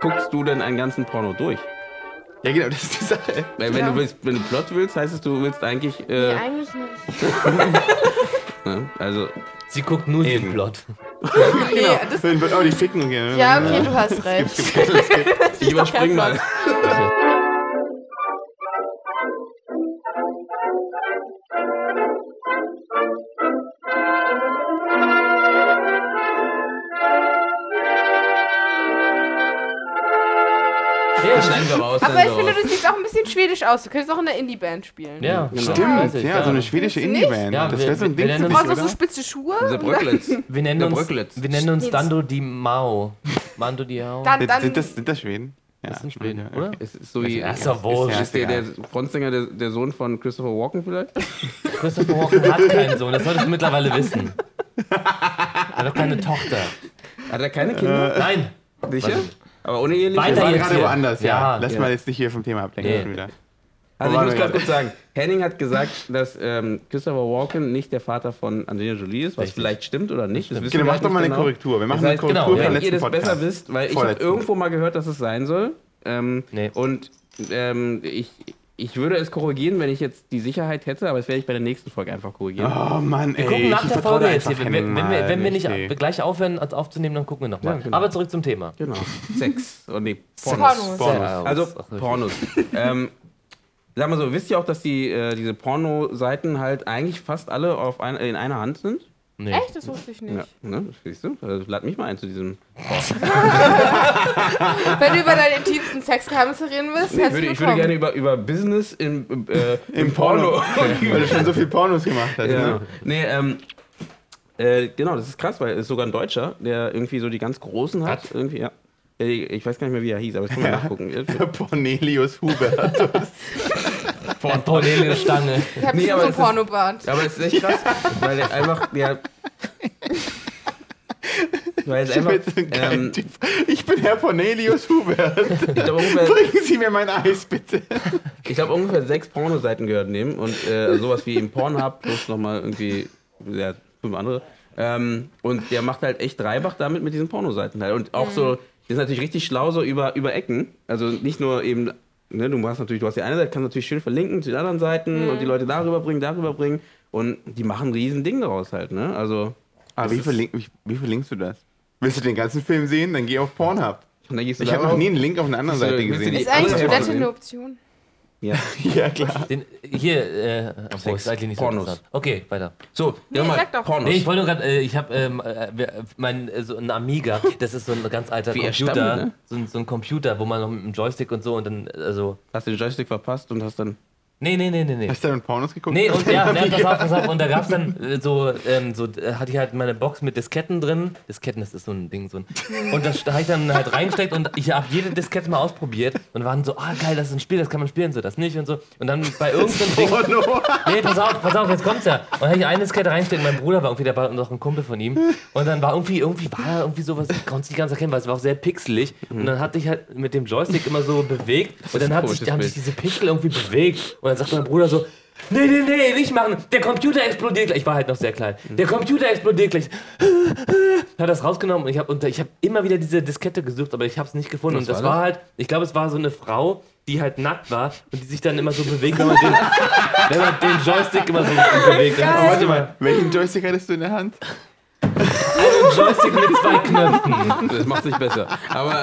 Guckst du denn einen ganzen Porno durch? Ja, genau, das ist die Sache. Weil wenn, Ja. du willst, wenn du Plot willst, heißt es, du willst eigentlich... Nee, Äh, eigentlich nicht. ne? Also, Sie guckt nur Eben. den Plot. Genau. Nee, das, Dann wird auch die Ficken gehen. ja, Äh, okay, du hast recht. ich überspringe mal. Ja, schneiden wir raus. Aber halt dann ich so. finde, du siehst auch ein bisschen schwedisch aus. Du könntest auch in der Indie-Band spielen. ja, Stimmt, Stimmt, weiß ich, ja, so eine schwedische Indie-Band. Ja, das wir- wäre so ein wir Ding nennen für Du dich, brauchst auch so oder? spitze Schuhe. Dieser Bröcklitz. Wir nennen Der uns, Bröcklitz. wir nennen uns Jetzt. Dando die Mao. Mando die Mao. Dann, Sind- dann, Sind das, sind das Schweden? Ja, das sind Schweden, okay. oder? Es ist so wie... Das Ist ist doch wohl. ja- der, der Frontsänger der, der Sohn von Christopher Walken vielleicht? Christopher Walken hat keinen Sohn, das solltest du mittlerweile wissen. Aber keine Tochter. Hat er keine Kinder? Nein, Äh, Sicher? Aber ohne Eheliche? Also, Weiter Wir waren jetzt gerade hier. woanders, ja. Ja, Lass ja. mal jetzt nicht hier vom Thema ablenken. Nee. schon wieder. Also Wo ich waren muss wir gerade gerade? kurz sagen, Henning hat gesagt, dass ähm, Christopher Walken nicht der Vater von Angelina Jolie ist, was Richtig. vielleicht stimmt oder nicht. Das wissen Okay, dann wir mach halt doch mal nicht eine genau. Korrektur. Wir machen Das eine heißt, Korrektur genau, für den Wenn ihr letzten das besser Podcast. wisst, weil ich habe Vorletzten. irgendwo mal gehört, dass es sein soll. Ähm, Nee. Und ähm, ich, ich würde es korrigieren, wenn ich jetzt die Sicherheit hätte, aber das werde ich bei der nächsten Folge einfach korrigieren. Oh Mann, ey. wir gucken nach ich der vertraue Folge da jetzt hier. einfach Wenn, wir- Henning wenn, wir, mal wenn wir nicht ey. gleich aufhören, als aufzunehmen, dann gucken wir nochmal. Ja, genau. Aber zurück zum Thema. Genau. Sex. Oh nee, Pornos. Ah, Pornos. Also Ach, richtig. Pornos. ähm, sag mal so, wisst ihr auch, dass die, äh, diese Porno-Seiten halt eigentlich fast alle auf ein, in einer Hand sind? Nee. echt, das wusste ich nicht. Ja, ne? Siehst du? Also, lad mich mal ein zu diesem. Wenn du über deine intimsten Sexgeheimnisse reden willst, Nee, ich, herzlich würde, ich würde willkommen. gerne über, über Business im, äh, Im Porno. Weil du schon so viel Pornos gemacht hast. ja. Ne? Nee, ähm. Äh, genau, das ist krass, weil es ist sogar ein Deutscher, der irgendwie so die ganz Großen hat. Irgendwie, ja. Äh, Ich weiß gar nicht mehr, wie er hieß, aber das können wir nachgucken. Cornelius Hubert. Von Cornelius Stange. ich habe Nee, nee, aber so ein das ist- Pornobart. Aber das ist echt krass, weil er einfach, der. Weil es einfach. Ähm, Geil, Typ. ich bin Herr Cornelius Hubert. ich glaube, ungefähr, Bringen Sie mir mein Eis, bitte. ich glaub, ungefähr sechs Pornoseiten gehört nehmen und äh, sowas wie im Pornhub plus nochmal irgendwie ja, fünf andere. Ähm, und der macht halt echt Dreibach damit mit diesen Pornoseiten halt. Und auch Mhm. so, das ist natürlich richtig schlau so über, über Ecken. Also nicht nur eben, ne, du hast natürlich, du hast die eine Seite, kannst natürlich schön verlinken zu den anderen Mhm. Seiten und die Leute darüber bringen, darüber bringen. Und die machen ein riesen Ding daraus halt, ne? Also. das Aber Ah, wie ist- verlink, wie, wie verlinkst du das? Willst du den ganzen Film sehen? Dann geh auf Pornhub. Und dann gehst du Ich habe noch darauf. nie einen Link auf einer anderen Willst du- Seite willst du gesehen. Ist eigentlich andere Toilette Porno eine Option? Ja. Ja, klar. Den, hier, äh, obwohl, ist eigentlich nicht so Pornos. interessant. Okay, weiter. So, ja, Nee, mal, sag doch. Pornos. Nee, ich wollte nur gerade, äh, ich habe ähm, äh, wir- mein äh, so ein Amiga, das ist so ein ganz alter Wie Computer, erstaunlich, ne? so, ein, so ein Computer, wo man noch mit dem Joystick und so und dann äh, also hast den Joystick verpasst und hast dann. nee, nee, nee, nee, nee. Hast du dann Pornos geguckt? Nee, und ja, ne, pass auf, pass auf. Und da gab's dann äh, so, ähm, so äh, hatte ich halt meine Box mit Disketten drin. Disketten, das ist so ein Ding, so ein. Und das habe ich dann halt reingesteckt und ich habe jede Diskette mal ausprobiert und waren so, ah geil, das ist ein Spiel, das kann man spielen, so das nicht und so. Und dann bei irgendeinem Ding. Nee, pass auf, pass auf, jetzt kommt's ja. Und dann hab ich eine Diskette reingesteckt, mein Bruder war irgendwie dabei und noch ein Kumpel von ihm. Und dann war irgendwie, irgendwie war da irgendwie sowas, ich konnte es nicht ganz erkennen, weil es war auch sehr pixelig. Mhm. Und dann hatte ich halt mit dem Joystick immer so bewegt und dann hat sich, komisches haben sich Bild. diese Pixel irgendwie bewegt. Und dann sagt mein Bruder so, nee, nee, nee, nicht machen, der Computer explodiert gleich. Ich war halt noch sehr klein. Mhm. Der Computer explodiert gleich. Hat das rausgenommen und ich habe ich hab immer wieder diese Diskette gesucht, aber ich habe es nicht gefunden. Was und das war war, das? halt, ich glaube, es war so eine Frau, die halt nackt war und die sich dann immer so bewegt, wenn man den, wenn man den Joystick immer so bewegt. Dann Aber hat warte sie mal, welchen Joystick hattest du in der Hand? einen Joystick mit zwei Knöpfen. Das macht nicht besser. Aber,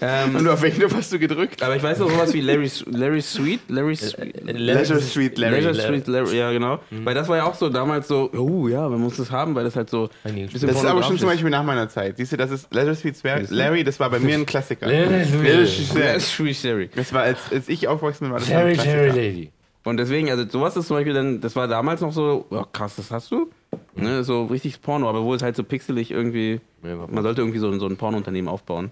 ähm, Hm. Und auf welchen Knopf hast du gedrückt? aber ich weiß noch sowas wie Larry, Larry Sweet. Äh, Larry Sweet. Leisure Street Larry. Leisure Street Larry, ja genau. Weil das war ja auch so damals so, oh ja, man muss das haben, weil das halt so ein nee, bisschen Das ist aber schon pornografisch zum Beispiel nach meiner Zeit. Siehst du, das ist Leisure Suite Larry, das war bei mir ein Klassiker. Larry, Leisure Larry, Suite Larry Larry. Sweet Larry. Das war, als, als ich aufgewachsen bin, war das Larry, ein Klassiker. Larry, Lady. Und deswegen, also sowas ist zum Beispiel dann, das war damals noch so, oh, krass, das hast du? Ne, so richtig Porno, aber wo es halt so pixelig irgendwie, man sollte irgendwie so, ein- so ein Pornounternehmen aufbauen.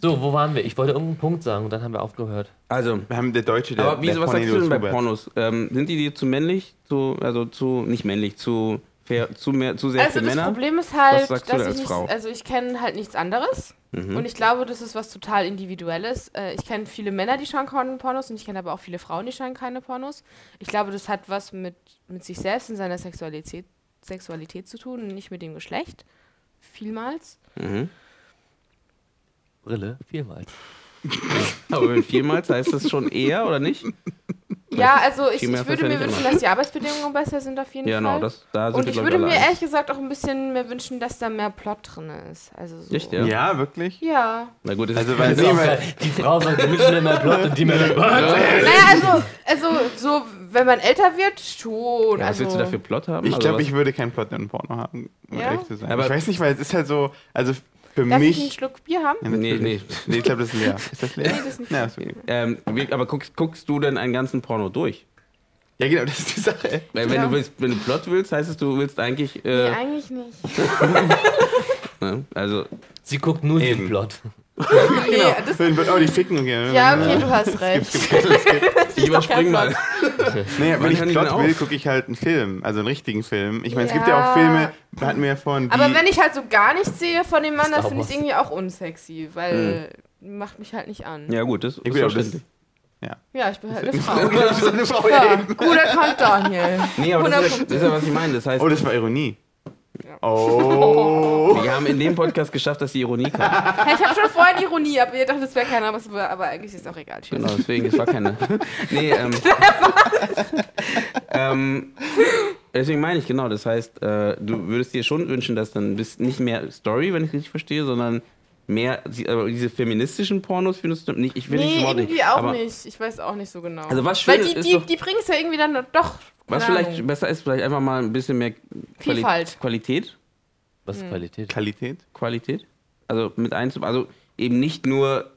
So, wo waren wir? Ich wollte irgendeinen Punkt sagen und dann haben wir aufgehört. Also, Wir haben der Deutsche, der Aber wie, der was sagst du Cornelius denn bei Hubert. Pornos? Ähm, sind die dir zu männlich, zu, also zu, nicht männlich, zu, fair, zu, mehr, zu sehr Also für das Männer? Problem ist Was halt, dass sagst du da als ich nicht, Frau? Mhm. also ich kenne halt nichts anderes und ich glaube, das ist was total individuelles. Äh, Ich kenne viele Männer, die schauen keine Pornos und ich kenne aber auch viele Frauen, die schauen keine Pornos. Ich glaube, das hat was mit, mit sich selbst und seiner Sexualität Sexualität zu tun, nicht mit dem Geschlecht. Vielmals. Brille, vielmals. Aber mit vielmals heißt das schon eher oder nicht? Ja, also ich, viel mehr ich würde mir verständlich wünschen, immer. dass die Arbeitsbedingungen besser sind auf jeden Ja, Fall. genau, das, da sind Und wir, ich glaub würde mir alle einig. ehrlich gesagt auch ein bisschen mehr wünschen, dass da mehr Plot drin ist. Also so. Echt, ja? Ja, wirklich? Ja. Na gut, das Also, ist weil keine sie- Sau. die Frau sagt, wir müssen immer Plot und die Männer. Was? Naja, also, also so, wenn man älter wird, Ja, schon. was also, willst du dafür Plot haben? Ich Also glaube, was- ich würde keinen Plot in Porno haben, um Ja? ehrlich zu sein. Aber- ich weiß nicht, weil es ist halt so, also für Darf ich einen mich. Schluck Bier haben? Ja, Nee, natürlich. nee. nee, ich glaube, das ist leer. Ist das leer? Nee, das ist nicht ja, ist okay. Ähm, wie- aber guckst, guckst du denn einen ganzen Porno durch? ja, genau, das ist die Sache. Weil wenn Ja. du willst, wenn du Plot willst, heißt es, du willst eigentlich. Nee, Äh, eigentlich nicht. ne? Also Sie guckt nur den Eben. Plot. Nee, Genau. das, Dann wird, oh, die ficken okay. ja, okay, äh, du hast recht. ich überspringe mal. Nee, Wann wenn ich kann ich denn Plot auf? will, gucke ich halt einen Film, also einen richtigen Film. Ich meine, es gibt Ja. ja auch Filme, da hatten wir ja vorhin die, Aber wenn ich halt so gar nichts sehe von dem Mann, Star dann finde ich es Wars. irgendwie auch unsexy, weil macht mich halt nicht an. Ja, Hm. Ja gut, das ist Ich will auch verständlich. ich bin halt eine Frau. das ist eine Frau, Ja, ja. guter Kampf, Daniel. Nee, aber das ist, ja, 100 das ist ja, was ich meine. Das heißt, Oh, das war Ironie. Oh. wir haben in dem Podcast geschafft, dass die Ironie kam. Hey, ich habe schon vorhin Ironie, aber ihr dachtet, es wäre keiner, aber, es war, aber eigentlich ist es auch egal. Tschüss. Genau, deswegen, es war keine. Nee, ähm. ähm deswegen meine ich genau, das heißt, äh, du würdest dir schon wünschen, dass dann bis nicht mehr Story, wenn ich richtig verstehe, sondern mehr die, aber diese feministischen Pornos findest du nicht. Ich will nicht Nee, überhaupt irgendwie auch aber nicht. Ich weiß auch nicht so genau. Also was Weil Schönes die, ist die, doch- die bringen es ja irgendwie dann doch. Was keine vielleicht Ahnung. besser ist, vielleicht einfach mal ein bisschen mehr Quali Vielfalt. Qualität. Was Hm. ist Qualität? Qualität? Qualität. Also mit einzu also eben nicht nur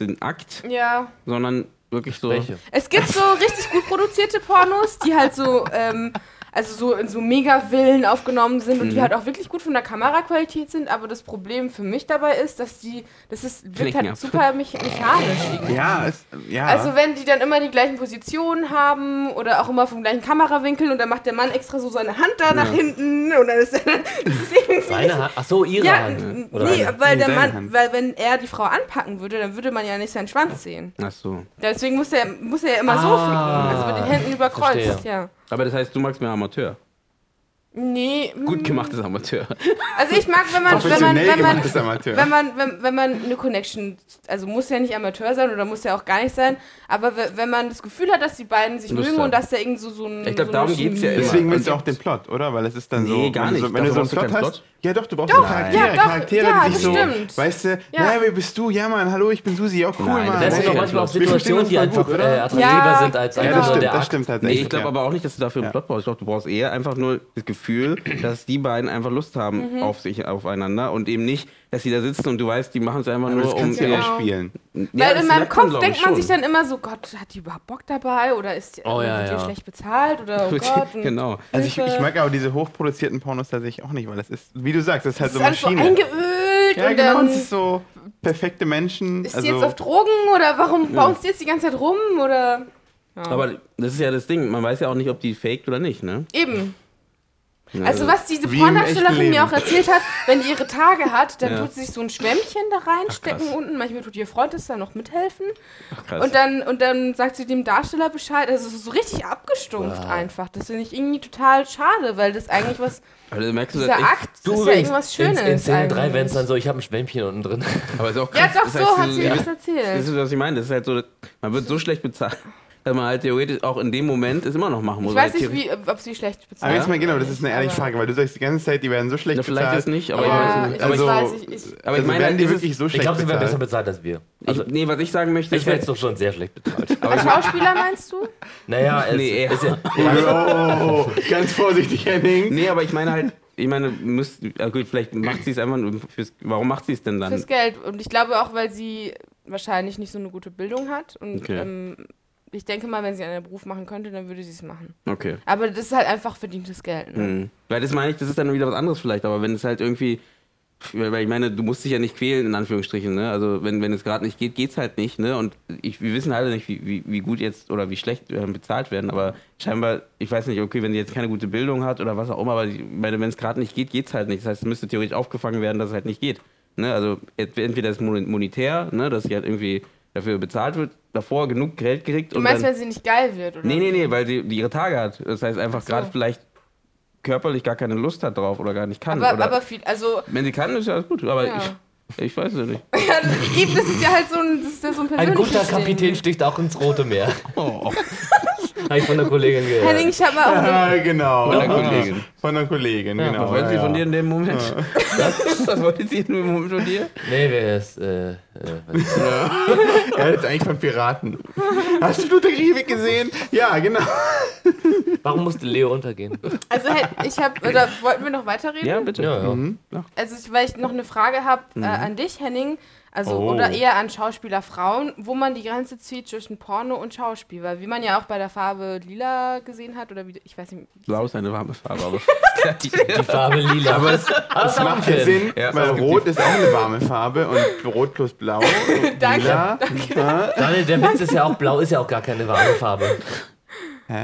den Akt, Ja. sondern wirklich so. Welche? Es gibt so richtig gut produzierte Pornos, die halt so, ähm, also so in so mega Villen aufgenommen sind und Mhm. die halt auch wirklich gut von der Kameraqualität sind, aber das Problem für mich dabei ist, dass die, das ist, wirkt Knicken halt ab. super mech mechanisch irgendwie. Ja, es, ja. Also wenn die dann immer die gleichen Positionen haben oder auch immer vom gleichen Kamerawinkel und dann macht der Mann extra so seine Hand da nach hinten und dann ist er Seine Hand? Achso, ihre ja, n- Hand. ne. Oder nee, eine? weil der seine Mann, Hand. weil wenn er die Frau anpacken würde, dann würde man ja nicht seinen Schwanz sehen. Ach so. Deswegen muss er, muss er ja immer so Ah, ficken. Also mit den Händen überkreuzt, verstehe. ja. Aber das heißt, du magst mehr Amateur. Nee. mm. Gut gemachtes Amateur. Also ich mag, wenn man, wenn man, professionell wenn man, gemachtes Amateur. wenn man, wenn, wenn man eine Connection, also muss ja nicht Amateur sein oder muss ja auch gar nicht sein, aber we- wenn man das Gefühl hat, dass die beiden sich Lust mögen haben. und dass da irgend so, so ein. Ich glaub, so darum eine geht's ja Chemie- immer. Deswegen willst du Und auch den Plot, oder? Weil es ist dann so. Nee, gar wenn du nicht. So, wenn du so einen Dafür Plot brauchst du hast. keinen Plot. Ja, doch, du brauchst Doch, Charaktere, ja, doch, Charaktere, ja, die dich das so. stimmt. Weißt du, naja, wer bist du? Ja, Mann, hallo, ich bin Susi. Auch cool, Nein, Mann. Das sind doch Nee. manchmal auch Wir verstehen Situationen, uns die voll einfach gut, äh, oder? attraktiver Ja, sind als Ja, das ja, einfach nur stimmt, der das Akt. stimmt Nee, tatsächlich. ich glaube ja. aber auch nicht, dass du dafür einen Plot brauchst. Ich glaube, du brauchst eher einfach nur das Gefühl, dass die beiden einfach Lust haben Mhm. auf sich, aufeinander und eben nicht, dass sie da sitzen und du weißt, die machen es einfach Aber nur das um kannst du ja ihr- Genau. auch spielen. Ja, Weil das in meinem merkt man, Kopf glaub denkt ich, man sich schon. dann immer so, Gott, hat die überhaupt Bock dabei oder ist die, Oh, ja, wird die ja. schlecht bezahlt oder oh Gott. und- genau. Also ich, Hilfe. ich mag aber diese hochproduzierten Pornos tatsächlich auch nicht, weil das ist, wie du sagst, das ist halt Das so ist alles so Maschine. eingeölt ja, und genau, dann es ist so perfekte Menschen. ist sie also, jetzt auf Drogen oder warum bauen sie jetzt die ganze Zeit rum oder Aber das ist ja das Ding, man weiß ja auch nicht, ob die faked oder nicht, ne? eben. Ja, Also was diese wie im echten Porndarstellerin mir Leben. auch erzählt hat, wenn die ihre Tage hat, dann Ja. tut sie sich so ein Schwämmchen da reinstecken krass. unten. Manchmal tut ihr Freund das dann noch mithelfen. krass. Und dann, und dann sagt sie dem Darsteller Bescheid. Also es ist so richtig abgestumpft Wow. einfach. Das finde ich irgendwie total schade, weil das eigentlich was, Aber du merkst, du dieser das echt, Akt ist ja irgendwas in, Schönes. in Szene 3 eigentlich. wären es dann so, ich habe ein Schwämmchen unten drin. aber ist auch krass. Ja das doch, so heißt, hat du- sie ja. mir das Das erzählt. ist, was ich meine. Das ist halt so, man wird so schlecht bezahlt, dass man halt theoretisch auch in dem Moment es immer noch machen muss. Ich weiß weil nicht, theoretisch- wie, ob sie schlecht bezahlt aber jetzt mal wird genau, oder das ist eine nicht, ehrliche aber- Frage, weil du sagst die ganze Zeit, die werden so schlecht Ja, vielleicht bezahlt. ist nicht, aber Aber ja, ich weiß ich nicht. Aber also- weiß, ich, ich, Aber ich also meine, werden die dieses- wirklich so Ich schlecht glaube, sie wären bezahlt? besser bezahlt als wir. Also, ich, nee, was ich sagen möchte, halt halt ich wäre jetzt doch schon sehr schlecht bezahlt. aber Als ich, Schauspieler meinst du? Naja, es Nee, eher. ist Also ja. Oh, oh, oh, ganz vorsichtig, Henning. nee, aber ich meine halt, ich meine, müsst, ja gut, vielleicht macht sie es einfach nur fürs, warum macht sie es denn dann? Fürs Geld. Und ich glaube auch, weil sie wahrscheinlich nicht so eine gute Bildung hat. Und Okay. ähm, ich denke mal, wenn sie einen Beruf machen könnte, dann würde sie es machen. Okay. Aber das ist halt einfach verdientes Geld. Ne? Mhm. Weil das meine ich, das ist dann wieder was anderes vielleicht, aber wenn es halt irgendwie, weil weil ich meine, du musst dich ja nicht quälen, in Anführungsstrichen, ne? Also wenn, wenn es gerade nicht geht, geht's halt nicht, ne? Und ich, wir wissen halt nicht, wie, wie, wie gut jetzt oder wie schlecht äh, bezahlt werden, aber scheinbar, ich weiß nicht, okay, wenn sie jetzt keine gute Bildung hat oder was auch immer, aber ich meine, wenn es gerade nicht geht, geht's halt nicht. Das heißt, es müsste theoretisch aufgefangen werden, dass es halt nicht geht. Ne? Also ent- entweder ist mon- monetär, ne, dass sie halt irgendwie dafür bezahlt wird, davor genug Geld kriegt Du und meinst, dann, wenn sie nicht geil wird, oder? Nee, nee, nee, weil sie die ihre Tage hat. Das heißt einfach gerade vielleicht körperlich gar keine Lust hat drauf oder gar nicht kann. Aber, oder aber viel, also, wenn sie kann, ist ja alles gut, aber Ja. ich, ich weiß es nicht. ja, das gibt, das ist ja halt so ein, das ist ja so ein Ein persönliches guter Ding. Kapitän sticht auch ins Rote Meer. Oh, Habe ich von der Kollegin Henning, gehört. ich habe mal auch Ja, genau. Von der Kollegin. Von der Kollegin, genau. Oh, was wollte sie ja, von ja. dir in dem Moment? Das, das wollte sie in dem Moment von dir? Nee, wer ist, äh, äh, weiß ich nicht. Er hat jetzt eigentlich von Piraten. Hast du Blut der Karibik gesehen? Ja, genau. Warum musste Leo untergehen? Also hätt- ich habe, oder wollten wir noch weiterreden? Ja, bitte. Mhm. Ja, ja. Also ich, weil ich noch eine Frage habe äh, an dich, Henning, also Oh. oder eher an Schauspielerfrauen, wo man die Grenze zieht zwischen Porno und Schauspiel, weil wie man ja auch bei der Farbe lila gesehen hat oder wie, ich weiß nicht. Blau ist eine warme Farbe, aber Die Farbe lila. Aber es, das es macht ja Sinn, Ja, weil es gibt Rot ist auch eine warme Farbe und Rot plus Blau. Danke. Lila. Daniel, der Witz ist ja auch blau, ist ja auch gar keine warme Farbe.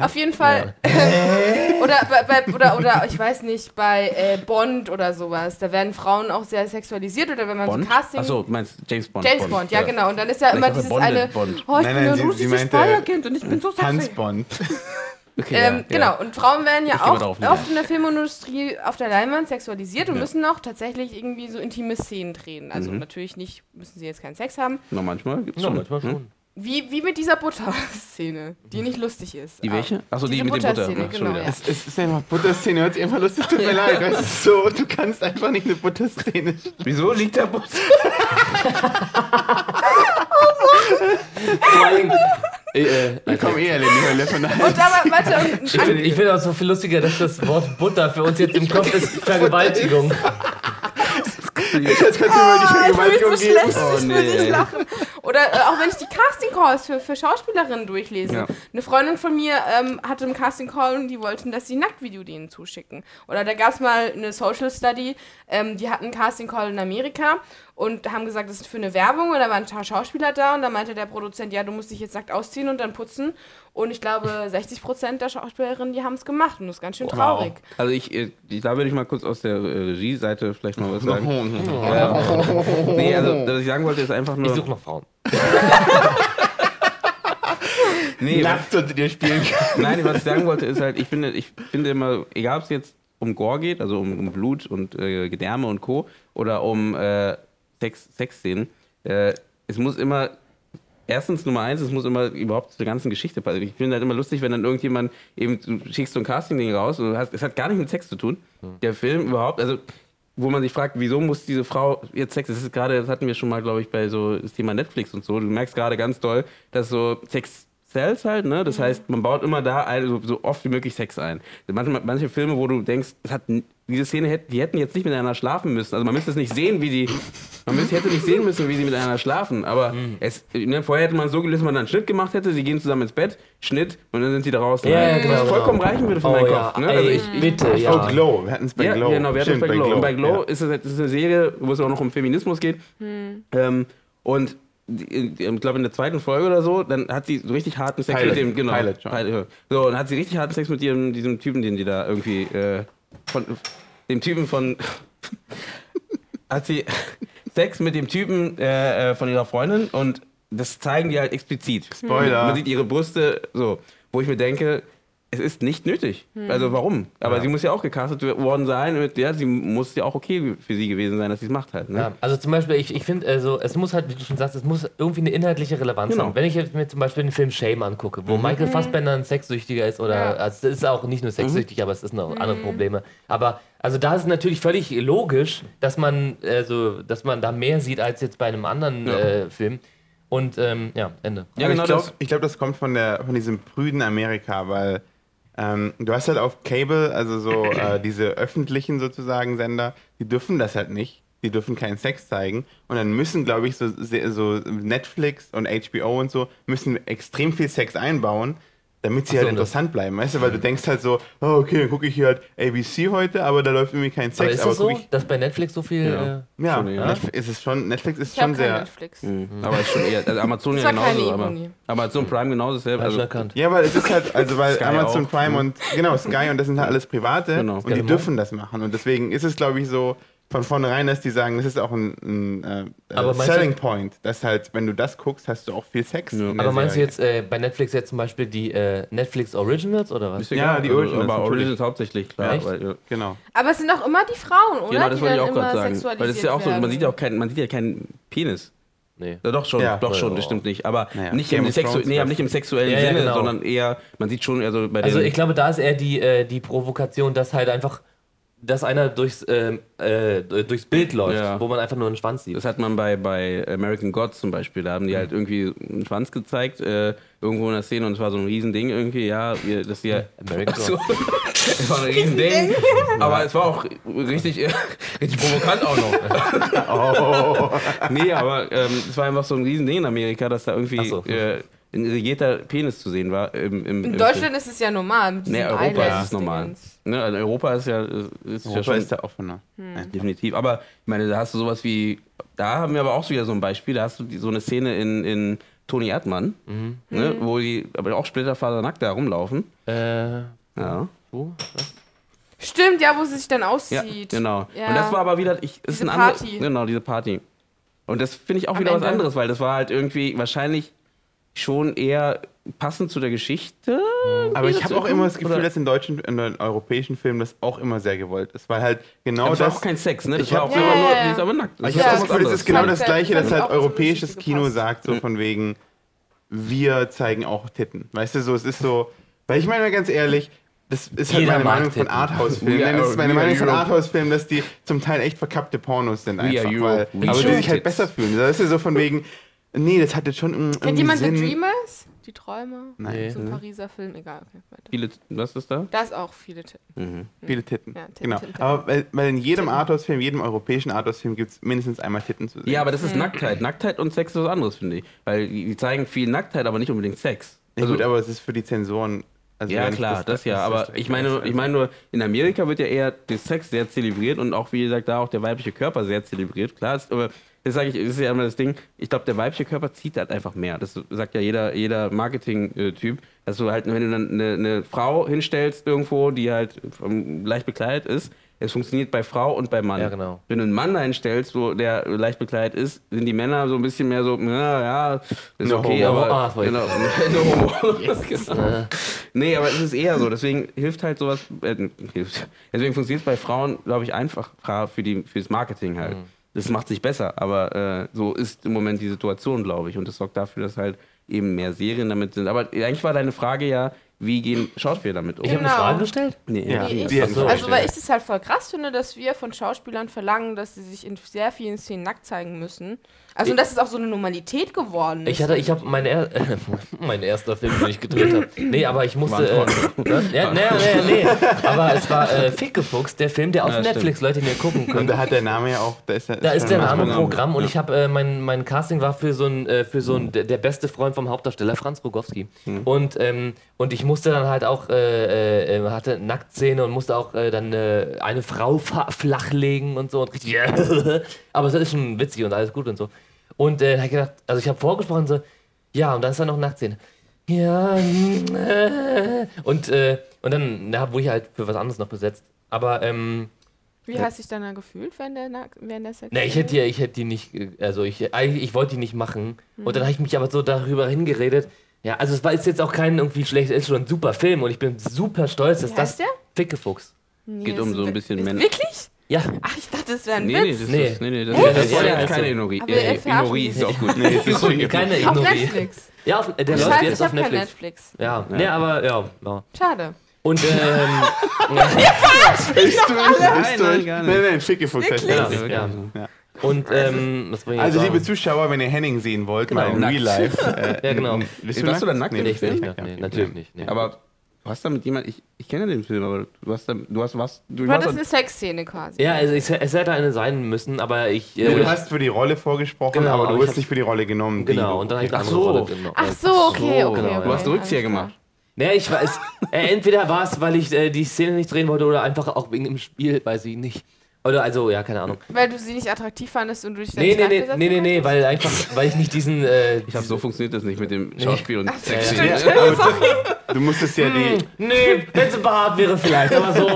Auf jeden Fall. oder, bei, bei, oder oder ich weiß nicht bei äh, Bond oder sowas, da werden Frauen auch sehr sexualisiert oder wenn man Bond? so Casting Achso, meinst du James Bond? James Bond, ja, genau. Und dann ist ja immer ich dachte, dieses Bond eine, ist Bond. oh, Nein, ich bin nein, ein sie- sie russisches meinte- Steuerkind und ich bin so sexy. Hans Bond. Okay, Ähm, ja, Genau, und Frauen werden ja Ich gehe auch mal drauf, oft ja. in der Filmindustrie auf der Leinwand sexualisiert Ja. und Mhm. müssen auch tatsächlich irgendwie so intime Szenen drehen. Also natürlich nicht, müssen sie jetzt keinen Sex haben. Ja. Na, manchmal gibt's Ja, schon. manchmal Hm? schon. Wie, wie mit dieser Butter-Szene, die nicht lustig ist. Die Aber- welche? Achso, die Diese mit dem Butter. Butterszene, Ach, schon genau, wieder. ja. Es, es ist einfach Butterszene, hört sich einfach lustig, tut mir leid. Weißt du, so, du kannst einfach nicht eine Butterszene. Wieso liegt der Butter? Vor allem, äh, Wir kommen eh alle in die Hölle von daher. Und aber, warte, und, Ich finde ich find auch so viel lustiger, dass das Wort Butter für uns jetzt im Kopf ist Vergewaltigung. Jetzt kannst du mir die ich Vergewaltigung bin so schlecht, geben. Oh, ich will nee. nicht lachen. Oder äh, auch wenn ich die Casting-Calls für, für Schauspielerinnen durchlese. Ja. Eine Freundin von mir ähm, hatte einen Casting-Call und die wollten, dass sie ein Nacktvideo denen zuschicken. Oder da gab es mal eine Social Study, ähm, die hatten einen Casting-Call in Amerika und haben gesagt, das ist für eine Werbung und da waren ein paar Schauspieler da und da meinte der Produzent, ja, du musst dich jetzt nackt ausziehen und dann putzen. Und ich glaube, 60% der Schauspielerinnen, die haben es gemacht und das ist ganz schön traurig. Also ich, äh, ich, da würde ich mal kurz aus der äh, Regie-Seite vielleicht mal was sagen. Hm, Nee, also was ich sagen wollte, ist einfach Ich nur. suche noch Frauen. Nee, hm. Nackt unter dir spielen kann. Nein, was ich sagen wollte, ist halt, ich finde, ich finde immer, egal ob es jetzt um Gore geht, also um, um Blut und äh, Gedärme und Co. oder um äh, Sex, Sexszenen, äh, es muss immer. Erstens, Nummer eins, es muss immer überhaupt zur ganzen Geschichte passen. Ich finde halt immer lustig, wenn dann irgendjemand eben, du schickst so ein Casting-Ding raus und du hast, es hat gar nichts mit Sex zu tun. Der Film überhaupt, also wo man sich fragt, wieso muss diese Frau jetzt Sex? Das ist gerade, das hatten wir schon mal, glaube ich, bei so das Thema Netflix und so. Du merkst gerade ganz doll, dass so Sex sells halt, ne? Mhm. Das heißt, man baut immer da ein, so, so oft wie möglich Sex ein. Manche, manche Filme, wo du denkst, das hat, n- diese Szene hätten, die hätten jetzt nicht miteinander schlafen müssen. Also man müsste es nicht sehen, wie sie, man müsste, hätte nicht sehen müssen, wie sie miteinander schlafen. Aber Mhm. es, ne, vorher hätte man so gelöst, wenn man dann einen Schnitt gemacht hätte, sie gehen zusammen ins Bett, Schnitt und dann sind sie da raus. Ja, ja, genau, Was vollkommen genau. reichen würde für Oh meinen ja, Kopf. Ne? ey, Also ich, ich, bitte, ja. Oh, Glow. Wir hatten es bei ja, Glow. genau, wir hatten es Stimmt, bei Glow. Und bei Glow ja. ist es ist es eine Serie, wo es auch noch um Feminismus geht. Ähm, und die- äh, ich glaube in der zweiten Folge oder so, dann hat sie so richtig harten Sex Pilot. mit dem, genau. Pilot, ja. Pilot. So, und hat sie richtig harten Sex mit ihrem, diesem Typen, den die da irgendwie äh, von dem Typen von hat sie Sex mit dem Typen äh, äh, von ihrer Freundin und das zeigen die halt explizit. Spoiler. Man sieht ihre Brüste so, wo ich mir denke, es ist nicht nötig. Hm. Also warum? Aber sie muss ja auch gecastet worden sein. Mit, ja, sie muss ja auch okay für sie gewesen sein, dass sie es macht halt. Ne? Ja, also zum Beispiel, ich, ich finde, also, es muss halt, wie du schon sagst, es muss irgendwie eine inhaltliche Relevanz Genau. Mhm. haben. Wenn ich jetzt mir zum Beispiel den Film Shame angucke, wo Michael Fassbender ein Sexsüchtiger ist oder, Ja. also es ist auch nicht nur Mhm. sexsüchtig, aber es ist noch andere Probleme. Aber, also da ist es natürlich völlig logisch, dass man, also, dass man da mehr sieht als jetzt bei einem anderen Ja. äh, Film. Und, ähm, ja, Ende. Ja, Aber genau ich glaube, das. das. Glaub, das kommt von, der, von diesem prüden Amerika, weil ähm, du hast halt auf Cable, also so äh, diese öffentlichen sozusagen Sender, die dürfen das halt nicht. Die dürfen keinen Sex zeigen. Und dann müssen, glaube ich, so, se- so Netflix und HBO und so, müssen extrem viel Sex einbauen, damit sie halt ne. interessant bleiben. Weißt du, weil du denkst halt so, oh, okay, dann gucke ich hier halt ABC heute, aber da läuft irgendwie kein Aber Sex. ist es guck so, dass bei Netflix so viel... Ja. Äh, ich, ja, Schon, ja. Netflix ist es schon, Netflix ist Ich habe schon kein sehr. Netflix. Aber ist schon eher, also Amazon Das ja war keine genauso, aber Ironie. Amazon Prime genauso selber. also, Also, erkannt. Ja, weil es ist halt, also weil Sky Amazon auch. Prime und genau, Sky und das sind halt alles private Genau. und Sky die More. dürfen das machen. Und deswegen ist es, glaube ich, so, von vornherein ist, die sagen, das ist auch ein, ein äh, Aber meinst Selling du- Point. Dass halt, wenn du das guckst, hast du auch viel Sex. Ja. in der Aber meinst du Serie. jetzt äh, bei Netflix jetzt zum Beispiel die äh, Netflix Originals oder was? Ist egal. Ja, die Also, Originals Aber natürlich. Originals hauptsächlich, klar. Echt? Weil, ja. Genau. Aber es sind auch immer die Frauen, oder? Genau, das Die wollte ich dann auch immer gerade sagen. Weil das ist ja auch so, sexualisiert man sieht ja auch werden. keinen, man sieht ja keinen Penis. Nee. Ja, doch schon, Ja. doch schon, Ja. das stimmt nicht. Aber Naja, nicht, Game im of sexu Thrones nee, aber weiß nicht im sexuellen Ja, ja, Sinne, genau. sondern eher, man sieht schon, also bei Also den, ich glaube, da ist eher die, äh, die Provokation, dass halt einfach, dass einer durchs, ähm, äh, durchs Bild läuft, Ja. wo man einfach nur einen Schwanz sieht. das hat man bei, bei American Gods zum Beispiel, da haben die halt irgendwie einen Schwanz gezeigt, äh, irgendwo in der Szene und es war so ein Riesending irgendwie, ja, ihr- das hier. American Ach so. Es war ein Riesending, aber es war auch richtig, richtig provokant auch noch. Oh. Nee, aber ähm, es war einfach so ein Riesending in Amerika, dass da irgendwie Ach so. äh, ein irrigierter Penis zu sehen war. Im, im, In im Deutschland ist es ja normal. Mit Äh, Nee, diesem Europa ist es Eyelash-Dingens. normal. Ne, also Europa ist ja, ist ja Europa schon ist da offener. Ja. definitiv. Aber ich meine, da hast du sowas wie, da haben wir aber auch so wieder so ein Beispiel, da hast du die, so eine Szene in, in Toni Erdmann, Mhm. ne, wo die aber auch splitterfasernackt da rumlaufen. Äh, Ja, wo? Stimmt, ja, wo sie sich dann ja auszieht. genau. Ja. Und das war aber wieder, ich, ist Diese ein anderes, Party. genau, diese Party. Und das finde ich auch Am wieder was Ende. anderes, weil das war halt irgendwie wahrscheinlich schon eher passend zu der Geschichte. Mhm. Aber ich Diese habe auch Zukunft, immer das Gefühl, oder? dass in deutschen, in den europäischen Filmen das auch immer sehr gewollt ist. Weil halt genau das war das. auch kein Sex, ne? Das Ich war hab- auch Ja, nur, ja, ja. die ist aber nackt. ich ist was habe das Gefühl, das anderes. ist genau Ja. das gleiche, dass Das hat halt auch zum europäisches Beispiel Kino gepasst. sagt, so von wegen, wir zeigen auch Titten. Weißt du, so, es ist so. Weil ich meine mal ganz ehrlich, das ist halt Jeder meine mag Meinung von Titten. Arthouse-Filmen. We Nein, das are- ist meine we are Meinung von Europe. Arthouse-Filmen, dass die zum Teil echt verkappte Pornos sind We are einfach. Weil, Europe. We aber die show sich halt tits. besser fühlen. Das ist so von wegen, nee, das hat jetzt schon irgendwie Kennt jemand Sinn. The Dreamers? Die Träume? Nein. ne? So ein Pariser Film, egal. Okay, weiter. Viele, was ist da? Da ist auch viele Titten. Viele Titten. Ja, Titten, genau. Titten, Titten. Aber weil, weil in jedem Arthouse-Film, jedem europäischen Arthouse-Film gibt es mindestens einmal Titten zu sehen. Ja, aber das ist Nacktheit. Nacktheit und Sex ist was anderes, finde ich. Weil die die zeigen viel Nacktheit, aber nicht unbedingt Sex. Also ja, gut, aber es ist für die Zensoren. Also ja, wenn ich klar, das, ja. Aber direkt ich meine, weiß, ich meine nur, in Amerika wird ja eher der Sex sehr zelebriert und auch, wie gesagt, da auch der weibliche Körper sehr zelebriert. Klar, ist, aber das sage ich, das ist ja immer das Ding. Ich glaube, der weibliche Körper zieht halt einfach mehr. Das sagt ja jeder, jeder Marketing-Typ. Dass du halt, wenn du dann eine, eine Frau hinstellst irgendwo, die halt ähm, leicht bekleidet ist, es funktioniert bei Frau und bei Mann. Ja, genau. Wenn du einen Mann einstellst, wo der leicht bekleidet ist, sind die Männer so ein bisschen mehr so, na, ja, ist No okay, homo. aber Ah, sorry. genau, no homo. genau. Nee, aber es ist eher so. Deswegen hilft halt sowas. Äh, hilft. Deswegen funktioniert es bei Frauen, glaube ich, einfach für die, fürs Marketing halt. Das macht sich besser, aber äh, so ist im Moment die Situation, glaube ich. Und das sorgt dafür, dass halt eben mehr Serien damit sind. Aber eigentlich war deine Frage ja, wie gehen Schauspieler damit um? Ich habe eine Genau. Frage gestellt? nee, Ja. nee, Nee, nee. Die- Ach so. Also, weil ich das halt voll krass finde, dass wir von Schauspielern verlangen, dass sie sich in sehr vielen Szenen nackt zeigen müssen. Also, und das ist auch so eine Normalität geworden. Ich hatte, ich habe mein, er äh, mein erster Film, den ich gedreht habe. Nee, aber ich musste. Äh, ne? ja, nee, nee, nee. Aber es war äh, Fickgefuchs, der Film, der auf Ja, stimmt. Netflix Leute mir gucken Und können. da hat der Name ja auch. Da Äh, ist, Da ist der Name Programm und Ja. ich habe äh, mein, mein Casting war für so ein äh, für so ein der, der beste Freund vom Hauptdarsteller Franz Rogowski und ähm, und ich musste dann halt auch äh, äh, äh, hatte Nacktszene und musste auch äh, dann äh, eine Frau fa- flachlegen und so und richtig aber es ist schon witzig und alles gut und so und äh, hab ich gedacht also ich habe vorgesprochen so ja und dann ist dann noch Nacktszene ja mm, äh, und äh, und dann na, wurde ich halt für was anderes noch besetzt aber ähm, Wie hast du dich dann da gefühlt während der, Nack- während der Sex? Ne, ich hätte die, ich hätte die nicht, äh, also ich, eigentlich- ich wollte die nicht machen. Und Mhm. dann habe ich mich aber so darüber hingeredet. Ja, also es war ist jetzt auch kein irgendwie schlecht, es ist schon ein super Film und ich bin super stolz, dass Wie das heißt der? Fickefuchs. Nee, geht das um ist so ein wir- bisschen ist- Männer- Wirklich? Ja, Ach, ich dachte, das wäre ein Nee, nee, das Witz. ist, nee. Nee. nee, das, Echt? das war Ja, ja also. keine Ignorie. Aber Äh, ihr verarschen Ignorie ist auch gut. Nee, das ist Guck, keine Auf Ignorie. Netflix. Ja, auf, äh, der läuft Scheiße, ich jetzt auf habe kein Netflix. Netflix. Ja, nee, aber ja. ja. Schade. Und ähm, Bist du, bist du, Nein, nein, nein, gar nicht. nein, nein, Fickefuchs heißt ja, der. wirklich genau, ja. Ja. Und ähm, was bringe ich Also, jetzt liebe sagen? Zuschauer, wenn ihr Henning sehen wollt, mal in Genau. Real Life. Äh, Ja, genau. bist Warst du da nackt? Nee, Nee, Nee, ich bin nicht nackt, nee, natürlich nicht. Nee. Aber du hast damit jemand, ich, ich kenne den Film, aber du hast da, du hast was, du War hast das da- eine Sexszene quasi? ja, also ich, es hätte eine sein müssen, aber ich. Nee, Äh, Du hast für die Rolle vorgesprochen, Genau, aber aber du ich wirst hab- nicht für die Rolle genommen. die genau, du- und dann habe ich Ach eine andere so. Rolle genommen. Ach so, okay, so, okay. genau, okay. du hast einen Rückzieher gemacht. Nee, ich weiß. äh, entweder war es, weil ich äh, die Szene nicht drehen wollte oder einfach auch wegen dem Spiel, weiß ich nicht. Oder also, ja, keine Ahnung. Weil du sie nicht attraktiv fandest und du dich da Nee, nicht nee, nee, reinversetzen nee, nee, nee, konntest? weil einfach, weil ich nicht diesen, äh, Ich glaube, so funktioniert das nicht mit dem Schauspiel und Sex. stimmt. Ja, aber du, du musstest ja die. Hm. Nee, wenn sie behaart wäre vielleicht, aber so.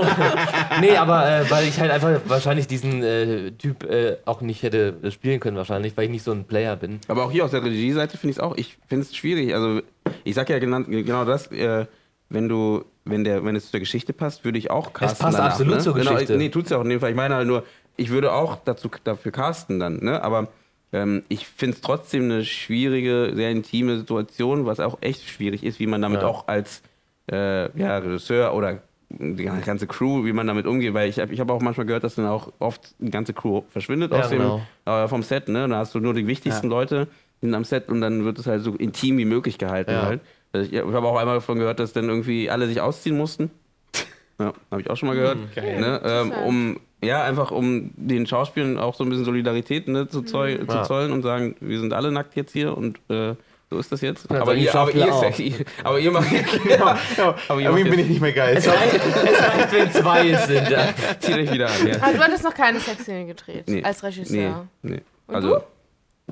nee, aber äh, weil ich halt einfach wahrscheinlich diesen äh, Typ äh, auch nicht hätte spielen können wahrscheinlich, weil ich nicht so ein Player bin. Aber auch hier auf der Regie-Seite finde ich es auch, ich finde es schwierig. Also ich sag ja genau, genau das, äh, wenn du, wenn der, wenn es zur Geschichte passt, würde ich auch casten. passt danach, absolut ne? zur Geschichte. Genau, nee, tut's ja auch in dem Fall. Ich meine halt nur, ich würde auch dazu, dafür casten dann, ne? Aber ähm, ich finde es trotzdem eine schwierige, sehr intime Situation, was auch echt schwierig ist, wie man damit Ja. auch als äh, ja, Regisseur oder die ganze Crew, wie man damit umgeht, weil ich habe ich hab auch manchmal gehört, dass dann auch oft die ganze Crew verschwindet Ja, aus dem, genau. äh, vom Set, ne? Da hast du nur die wichtigsten Ja. Leute sind am Set und dann wird es halt so intim wie möglich gehalten Ja. halt. Also ich ich habe auch einmal davon gehört, dass dann irgendwie alle sich ausziehen mussten. Ja, habe ich auch schon mal Hm, gehört. Geil. Ne? Ähm, um ja, einfach um den Schauspielern auch so ein bisschen Solidarität ne, Hm. zu, zoll, zu Ja. zollen und sagen, wir sind alle nackt jetzt hier und äh, so ist das jetzt. Ja, aber, aber die ihr, aber, Schauspieler ihr, auch. ihr, aber ihr macht Genau. genau. Aber ihr Irgendwie macht bin jetzt- ich nicht mehr Es geil. reicht, es reicht wenn zwei es sind. Ja. zieht euch wieder an. Ja. Aber Also du hattest noch keine Sexszene gedreht, Nee. als Regisseur. Nee, nee. Und also, du?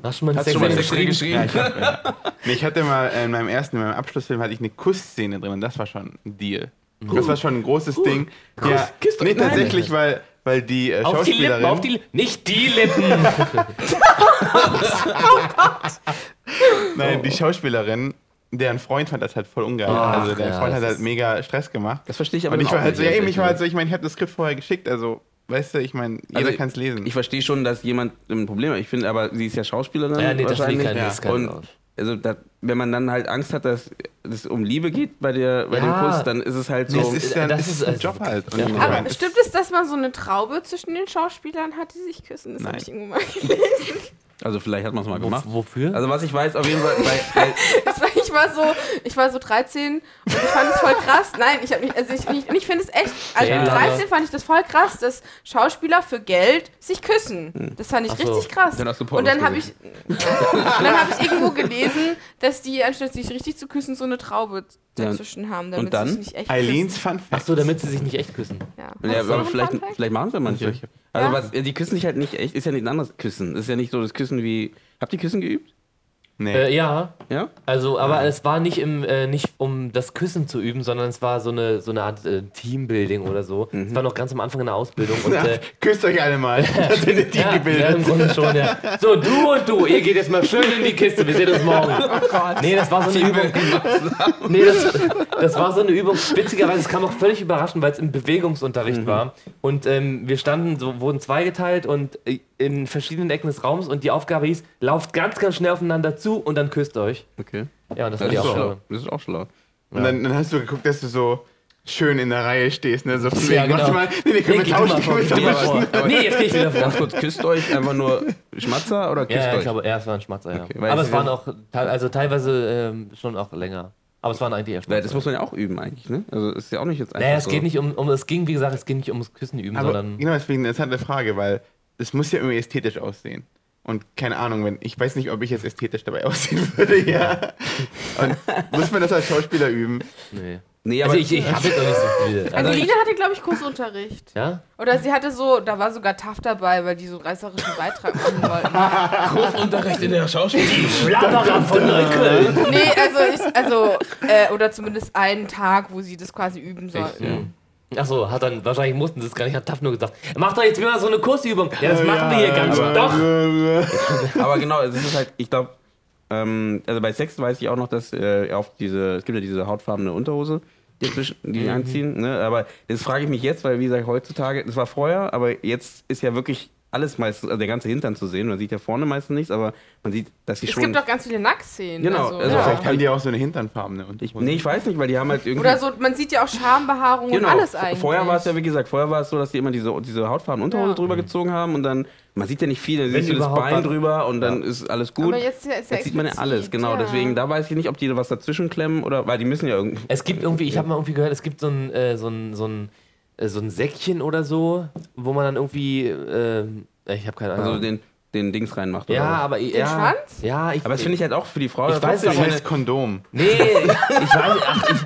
Hast du mal hast du schon mal Sexszene Sexszene geschrieben? geschrieben? Nee, ich hatte mal äh, in meinem ersten, in meinem Abschlussfilm hatte ich eine Kussszene drin und das war schon ein Deal. Das war schon ein großes Ding. Ja, Uh. Kuss doch- nee, nein. tatsächlich, weil, weil die äh, Auf die Lippen, Schauspielerin. auf die Lippen. Nicht die Lippen. Nein, Äh, die Schauspielerin, deren Freund hat das halt voll ungeil. Ach, also der ja, Freund hat das halt mega Stress gemacht. Das verstehe ich aber Und ich dann war auch halt so, nicht, ja, eben, ehrlich ich war halt gesagt. so, ich meine, ich habe das Skript vorher geschickt, also, weißt du, ich meine, jeder Also, kann es lesen. Ich verstehe schon, dass jemand ein Problem hat. Ich finde aber, sie ist ja Schauspielerin. Ja, nee, das wahrscheinlich. liegt kein- das ist kein Und Rausch. also, da, wenn man dann halt Angst hat, dass es um Liebe geht bei, der, bei Ja. dem Kuss, dann ist es halt so. das ist dann das das ist ist es ein also- Job halt. Und Ja. ich Aber mein, Aber stimmt es, dass man so eine Traube zwischen den Schauspielern hat, die sich küssen? Das habe Nein. ich irgendwo mal gelesen. also, vielleicht hat man es mal Wo, gemacht. wofür? Also, was ich weiß, auf jeden Fall. Bei, bei, Das war, ich, war so, ich war so 13 und ich fand es voll krass. Nein, ich, hab nicht, also ich, ich, und ich finde es echt, also Ja. mit 13 fand ich das voll krass, dass Schauspieler für Geld sich küssen. Das fand ich Ach so. richtig krass. Dann hast du Pornos und dann habe ich, gesehen. und dann hab ich irgendwo gelesen, dass die, anstatt sich richtig zu küssen, so eine Traube Ja. dazwischen haben, damit Und dann? sie sich nicht echt Eileens küssen. Fun Fact. Achso, damit sie sich nicht echt küssen. Ja. ja, Hast du aber noch einen vielleicht, Fun Fact? vielleicht machen es ja manche. Ich hab- Also, Ja. was, die küssen sich halt nicht echt. Ist ja nichts anderes Küssen. Ist ja nicht so das Küssen wie. Habt ihr Küssen geübt? Nee. Äh, ja, Ja? also, aber es war nicht, im, äh, nicht um das Küssen zu üben, sondern es war so eine, so eine Art äh, Teambuilding oder so. Es war noch ganz am Anfang in der Ausbildung. Und, Na, äh, Küsst euch alle mal. Das sind die ja, ja, im gebildet. Grunde schon, ja. So, du und du, ihr geht jetzt mal schön in die Kiste, wir sehen uns morgen. Nee, das war so eine Übung. Nee, das, das war so eine Übung. Witzigerweise, es kam auch völlig überraschend, weil es im Mhm. Bewegungsunterricht war. Und ähm, wir standen, so wurden zweigeteilt und äh, in verschiedenen Ecken des Raums und die Aufgabe hieß, lauft ganz, ganz schnell aufeinander zu und dann küsst euch. Okay. Ja, und das war Das die ist, auch Aufgabe. schlau. das ist auch schlau. Und dann, dann hast du geguckt, dass du so schön in der Reihe stehest, ne? So von Ja, wegen, warte genau. mal, nee, nee, können wir Nee, geh tauschen, du können mal wir vor, geh tauschen. mal vor. Nee, jetzt geh ich wieder vor. Ganz kurz, küsst euch einfach nur Schmatzer oder küsst Ja, ich euch? glaube, ja, es war ein Schmatzer, ja. Okay, weil Aber es es waren auch, teil- also teilweise ähm, schon auch länger. Aber es waren eigentlich eher Weil Schmatzer. das muss man ja auch üben eigentlich, ne? Also ist ja auch nicht jetzt einfach Naja, es so. geht nicht um, um, es ging, wie gesagt, es ging nicht ums Küssen üben, Aber sondern. genau, deswegen eine interessante Frage, weil es muss ja irgendwie ästhetisch aussehen. Und keine Ahnung, wenn ich weiß nicht, ob ich jetzt ästhetisch dabei aussehen würde, ja. Und muss man das als Schauspieler üben? Nee. Nee, aber Also ich, ich hab jetzt auch nicht so viel. Also, Angelina hatte, glaube ich, Kursunterricht. ja? Oder sie hatte so, da war sogar TAF dabei, weil die so einen reißerischen Beitrag machen wollten. Großunterricht in der Schauspiel. Schlammerer von Neukölln! Nee, also ich, also, äh, oder zumindest einen Tag, wo sie das quasi üben sollten. Achso, hat dann, wahrscheinlich mussten sie es gar nicht, hat Taff nur gesagt, mach doch jetzt wieder so eine Kursübung. Ja, das machen wir hier ganz aber- Also doch. aber genau, es ist halt, ich glaube, ähm, also bei Sex weiß ich auch noch, dass äh, auf diese, es gibt ja diese hautfarbene Unterhose, die, inzwischen- die anziehen, ne? Aber das frage ich mich jetzt, weil wie gesagt, heutzutage, das war vorher, aber jetzt ist ja wirklich alles meistens, also der ganze Hintern zu sehen. Man sieht ja vorne meistens nichts, aber man sieht, dass sie Es schon. gibt doch ganz viele Nacktszenen. Genau, Also, also ja. Vielleicht haben die auch so eine Hinternfarbene. Und ich, nee, ich weiß nicht, weil die haben halt irgendwie. Oder so, man sieht ja auch Schambehaarung und alles eigentlich. Genau, Vorher war es ja, wie gesagt, vorher war es so, dass die immer diese, diese hautfarbenen Unterhose Ja. drüber gezogen haben und dann, man sieht ja nicht viel, dann Wenn siehst du das überhaupt Bein was. drüber und dann ist alles gut. Aber jetzt ist ja- ist ja Jetzt sieht man ja explizit, alles, genau. ja. Deswegen, da weiß ich nicht, ob die da was dazwischen klemmen oder, weil die müssen ja irgendwie. Es gibt irgendwie, ich habe mal irgendwie gehört, es gibt so ein, äh, so ein, so ein, äh, so ein Säckchen oder so, wo man dann irgendwie, ähm, ich habe keine Ahnung. Also den den Dings reinmacht. Ja, oder was. aber ich- Den ja, Schwanz? ja, ich, aber das finde ich halt auch für die Frau. Ich weiß, doch das meine- heißt Kondom. Nee, ich weiß nicht. Ach, ich,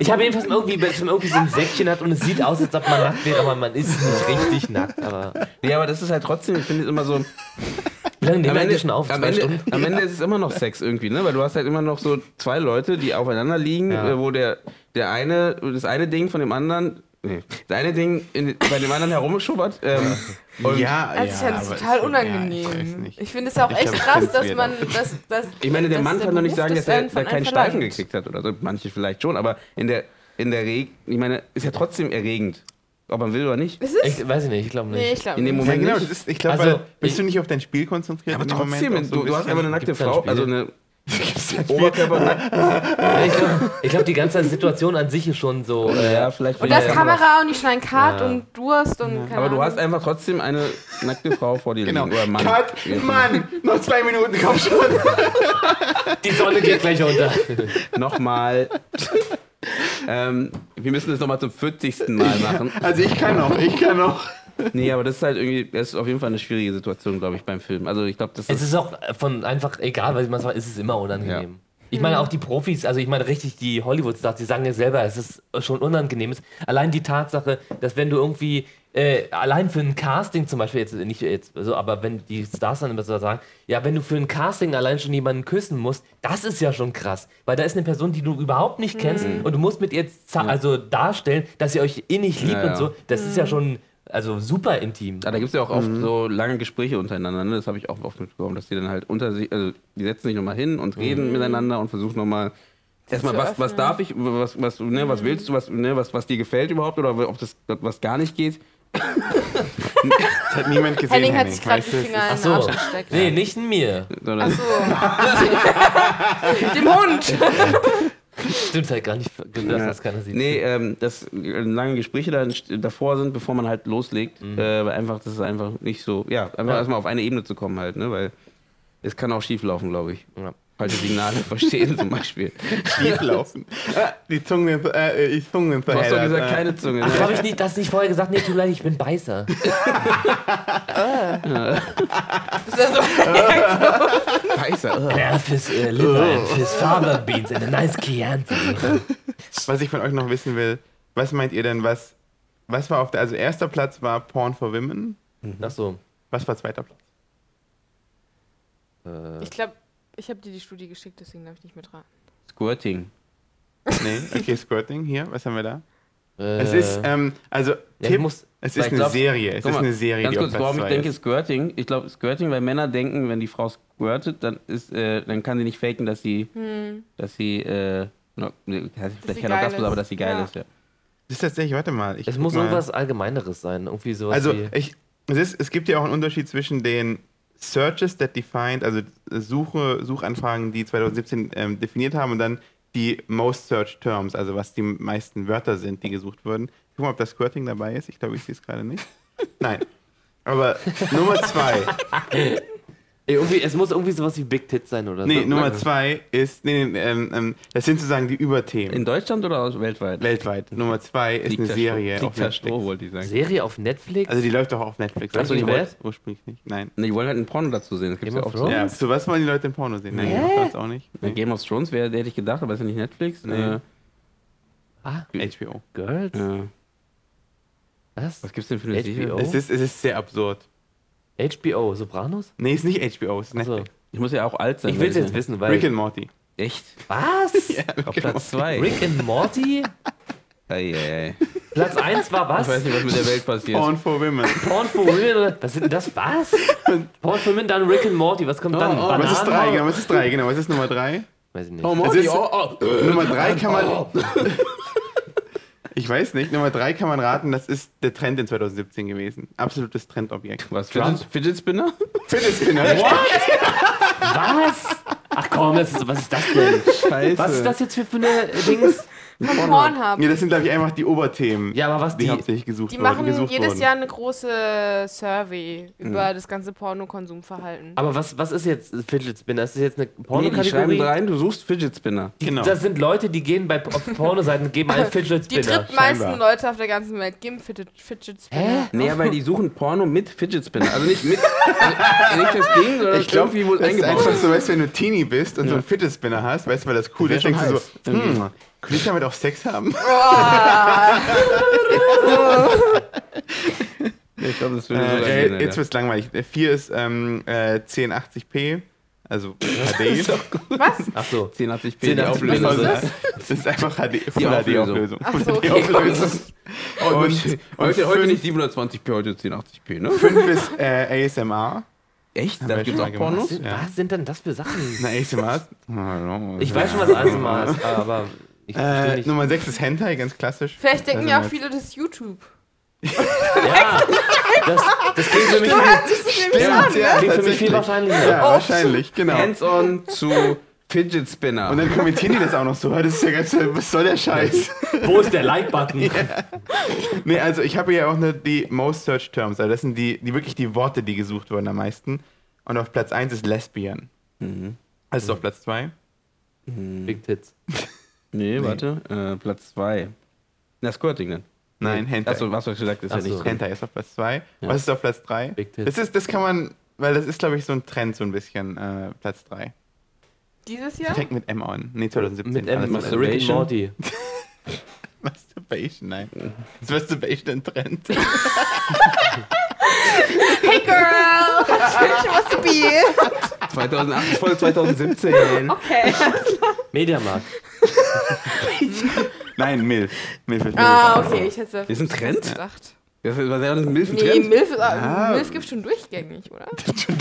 ich habe jedenfalls irgendwie, dass man irgendwie so ein Säckchen hat und es sieht aus, als ob man nackt wäre, aber man ist nicht richtig nackt. Aber Nee, aber das ist halt trotzdem, ich finde es immer so. wie lange nehmen Am wir Ende, eigentlich schon auf? am, Zwei Ende, Stunden? am Ende ist es immer noch Sex irgendwie, ne? Weil du hast halt immer noch so zwei Leute, die aufeinander liegen, Ja. äh, wo der, der eine, das eine Ding von dem anderen, nee, das eine Ding in, bei dem anderen herumschubbert. Ähm, und ja, Also ja, ja, das aber ist total schon- unangenehm. Ja, ich weiß ich nicht. finde es ja auch Ich echt glaub, krass, das dass wird man auch. das, das Ich meine, der dass Mann kann doch nicht Beruf sagen, des dass er, einen dass er von keinen einem Steifen verlangt. gekriegt hat oder so. Manche vielleicht schon, aber in der, in der Regel, ich meine, ist ja trotzdem erregend. Ob man will oder nicht. Ist es? Ich weiß ich nicht, ich glaube nee, ich nicht. glaube In dem nicht. Ja, Moment genau, nicht. das ist, ich glaube, Also, weil- bist ich- du nicht auf dein Spiel konzentriert? aber in dem trotzdem, Moment Also auch so du, du hast bisschen? halt einfach eine nackte Gibt's da ein Frau, Spiel? also eine Oberkörper. Ja, Ich glaube, glaub, die ganze Situation an sich ist schon so. Äh, Ja, vielleicht will Und das er- Kamera und die schneiden Kart Ja. und Durst und keine Aber du hast Ahnung. einfach trotzdem eine nackte Frau vor dir Genau. liegen. Oder Oh Mann. Cut, Mann, noch zwei Minuten, komm schon. die Sonne geht gleich unter. Nochmal. ähm, wir müssen das nochmal zum 40. Mal machen. Also ich kann noch, ich kann noch. Nee, aber das ist halt irgendwie, das ist auf jeden Fall eine schwierige Situation, glaube ich, beim Film. Also ich glaube, das Es ist. ist auch äh, von einfach egal, weil man sagt, es ist immer unangenehm. Ich meine Mhm. auch die Profis, also ich meine richtig die Hollywood-Stars, die sagen ja selber, es ist schon unangenehm. Es- Allein die Tatsache, dass wenn du irgendwie äh, allein für ein Casting zum Beispiel jetzt nicht jetzt so, aber wenn die Stars dann immer so sagen, ja, wenn du für ein Casting allein schon jemanden küssen musst, das ist ja schon krass, weil da ist eine Person, die du überhaupt nicht kennst Mhm. und du musst mit ihr za- also darstellen, dass ihr euch innig liebt Ja, ja. und so. Das ist ja schon also super intim. Ah, da gibt es ja auch oft Mhm. so lange Gespräche untereinander. Ne? Das habe ich auch oft mitbekommen, dass die dann halt unter sich, also die setzen sich nochmal hin und reden Mhm. miteinander und versuchen nochmal. Erstmal, zu was, was öffnen. darf ich, was, was, ne, was willst du, was, ne, was, was dir gefällt überhaupt oder ob das was gar nicht geht. Das hat niemand gesehen. Henning hat sich gerade die weißt du, es Finger in den so. Arsch gesteckt. Nee, nicht in mir. Also Sondern, So. Dem Hund. Stimmt halt gar nicht, dass Ja. das keiner sieht. Nee, ähm, dass äh, lange Gespräche da, davor sind, bevor man halt loslegt, äh, weil einfach, das ist einfach nicht so, ja, einfach Mhm. Ja. erstmal auf eine Ebene zu kommen halt, ne, weil es kann auch schief laufen, glaube ich. Ja. Falsche Signale verstehen zum Beispiel. ist schief laufen. Ah, Die Zunge, äh, die Zunge Du hast doch verheddert, gesagt, äh. keine Zunge. Ach, ne? habe ich nicht, das nicht vorher gesagt? Nee, tut mir leid, ich bin Beißer. Das ist ja so. Scheiße. Ja, fürs äh, Liver, Oh. and fürs Farmer Beans and a nice Chianti. Was ich von euch noch wissen will, was meint ihr denn, was, was war auf der, also erster Platz war Porn for Women, Ach so. was war zweiter Platz? Ich glaube, ich habe dir die Studie geschickt, deswegen darf ich nicht mitraten. Squirting. Nee, okay, Squirting, hier, was haben wir da? Äh, Es ist, ähm, also, ich Tipp, muss- es weil ist ich eine glaub- Serie, es Guck ist mal, eine Serie, Ganz die auf kurz, Platz warum ich zwei denke ist. Squirting. Ich glaube Squirting, weil Männer denken, wenn die Frau squirtet, dann ist, äh, dann kann sie nicht faken, dass sie, dass sie, äh, no, ne, das ist Hm. sie vielleicht kein Orgasmus, geil aber ist. dass sie geil Ja. ist, ja. Das ist tatsächlich, warte mal. Ich es guck muss mal. irgendwas Allgemeineres sein. Irgendwie sowas Also, wie. ich, es, ist, es gibt ja auch einen Unterschied zwischen den Searches that defined, also Suche, Suchanfragen, die 2017 ähm, definiert haben, und dann die most searched terms, also was die meisten Wörter sind, die gesucht wurden. Ich guck mal, ob das Squirting dabei ist. Ich glaube, ich sehe es gerade nicht. Nein. Aber Nummer zwei. Ey, irgendwie, es muss irgendwie sowas wie Big Tits sein oder Nee, so. Nummer zwei ist. Nee, nee, ähm, ähm, das sind sozusagen die Überthemen. In Deutschland oder aus- weltweit? Weltweit. Nummer zwei ist eine der Serie. Stroh, auf liegt der Netflix. Stroh, wollte ich sagen. Serie auf Netflix? Also die läuft doch auch auf Netflix. Ach so, die Ich wollte- wird? ursprünglich nicht. Nein. Nee, die wollen halt einen Porno dazu sehen. Das gibt's Game ja of auch. Thrones? so. Ja, zu was wollen die Leute den Porno sehen? Nee, Hä? das auch nicht. Ja, Nee. Game of Thrones wäre, der hätte ich gedacht, aber ist ja nicht Netflix. Nee. Äh, ah, HBO. Girls? ja. Was? Was gibt's denn für eine HBO? Serie? Es ist, es ist sehr absurd. HBO, Sopranos? Nee, ist nicht HBO, es ist Ach so. Netflix. Ich muss ja auch alt sein. Ich weil will es jetzt wissen, weil. Rick and Morty. Echt? was? Auf Genau. Platz 2. Rick and Morty? Eieiei. Platz 1 war was? Ich weiß nicht, was mit der Welt passiert. Porn for Women. Porn for Women oder was sind denn das? Was? Porn for Women, dann Rick and Morty, was kommt dann? oh, Was ist drei? Genau, Bananen? was ist drei? Genau, was ist Nummer drei? Weiß ich nicht. Es ist, oh, Nummer drei kann man. Ich weiß nicht, Nummer drei kann man raten, das ist der Trend in 2017 gewesen. Absolutes Trendobjekt. Was? Trump? Fidget, Fidget Spinner? Fidget Spinner. Was? Ach komm, das ist, was ist das denn? Scheiße. Was ist das jetzt für, für eine äh, Dings? Von Pornhub. Nee, das sind, glaube ich, einfach die Oberthemen, Ja, aber was die die. hauptsächlich gesucht Die wurden- machen gesucht jedes wurden. Jahr eine große Survey über das ganze Pornokonsumverhalten. Aber was, was ist jetzt Fidget Spinner? Ist das jetzt eine Nee, die schreiben Pornokategorie? rein, du suchst Fidget Spinner. Genau. das sind Leute, die gehen bei auf Pornoseiten und geben einen Fidget Die Spinner. drittmeisten scheinbar. Leute auf der ganzen Welt geben Fidget, Fidget Spinner. Nee, aber die suchen Porno mit Fidget Spinner. Also nicht mit. Also nicht das Ding, sondern Ich glaube, irgendwie, wo es das ist eingebaut einfach ist. so, weißt du, wenn du Teenie bist und so einen Fidget-Spinner hast, weißt du, weil das cool Das ist, wär denkst du schon so, hm, könnte ich damit auch Sex haben? Ich glaube, das würde so Äh, sein. äh, jetzt wird's langweilig. 4 ist ähm, äh, 1080p, also HD. Ach so. 1080p, die 1080p, Auflösung. Also, das ist einfach HD, Full Auflösung. HD-Auflösung. Ach so, okay. Und, und Heute, heute fünf- nicht 720p, heute 1080p, ne? fünf ist äh, ASMR. Echt? wir Da gibt's schon auch mal Pornos? gemacht. Ja. Was sind denn das für Sachen? Na, ASMR. Ich weiß schon, was ASMR ist, aber ich verstehe Äh, nicht. Nummer 6 ist Hentai, ganz klassisch. Vielleicht denken Also ja auch nice. viele, das ist YouTube. Ja, das, das klingt für mich, ne? Stimmt, ja, klingt für mich viel tatsächlich. wahrscheinlicher. Oh. Ja, wahrscheinlich, genau. Hands-on zu Fidget Spinner. Und dann kommentieren die das auch noch so. Das ist ja ganz, was soll der Scheiß? Wo ist der Like-Button? Nee, also ich habe hier auch nur die Most Search Terms. Also das sind die, die wirklich die Worte, die gesucht wurden am meisten. Und auf Platz 1 ist Lesbian. Mhm. Das ist auf Platz 2. Big Tits. nee, warte. Äh, Platz 2. Na, Squirting dann. Nein, Hentai. Achso, was du gesagt hast, ist Ach so. ja nicht drin. Hentai ist auf Platz 2. Was ist auf Platz 3? Big Tits. Das, ist, das kann man, weil das ist, glaube ich, so ein Trend, so ein bisschen, äh, Platz 3. Dieses Jahr? Fängt mit M an. Nee, 2017. Mit alles M. Masturbation. Rick and Morty. Masturbation, nein. Ist Masturbation ein Trend? Hey Girl! Natürlich was to be! 2008, voll 2017. Okay. Mediamarkt. nein, Milf. Milf ist Ah, okay, ich hätte Ist ein Trend? gedacht. Das ist, was ist das ein Milf-Trend? Nee, Milf, ist, Ah. Milf gibt schon durchgängig, oder?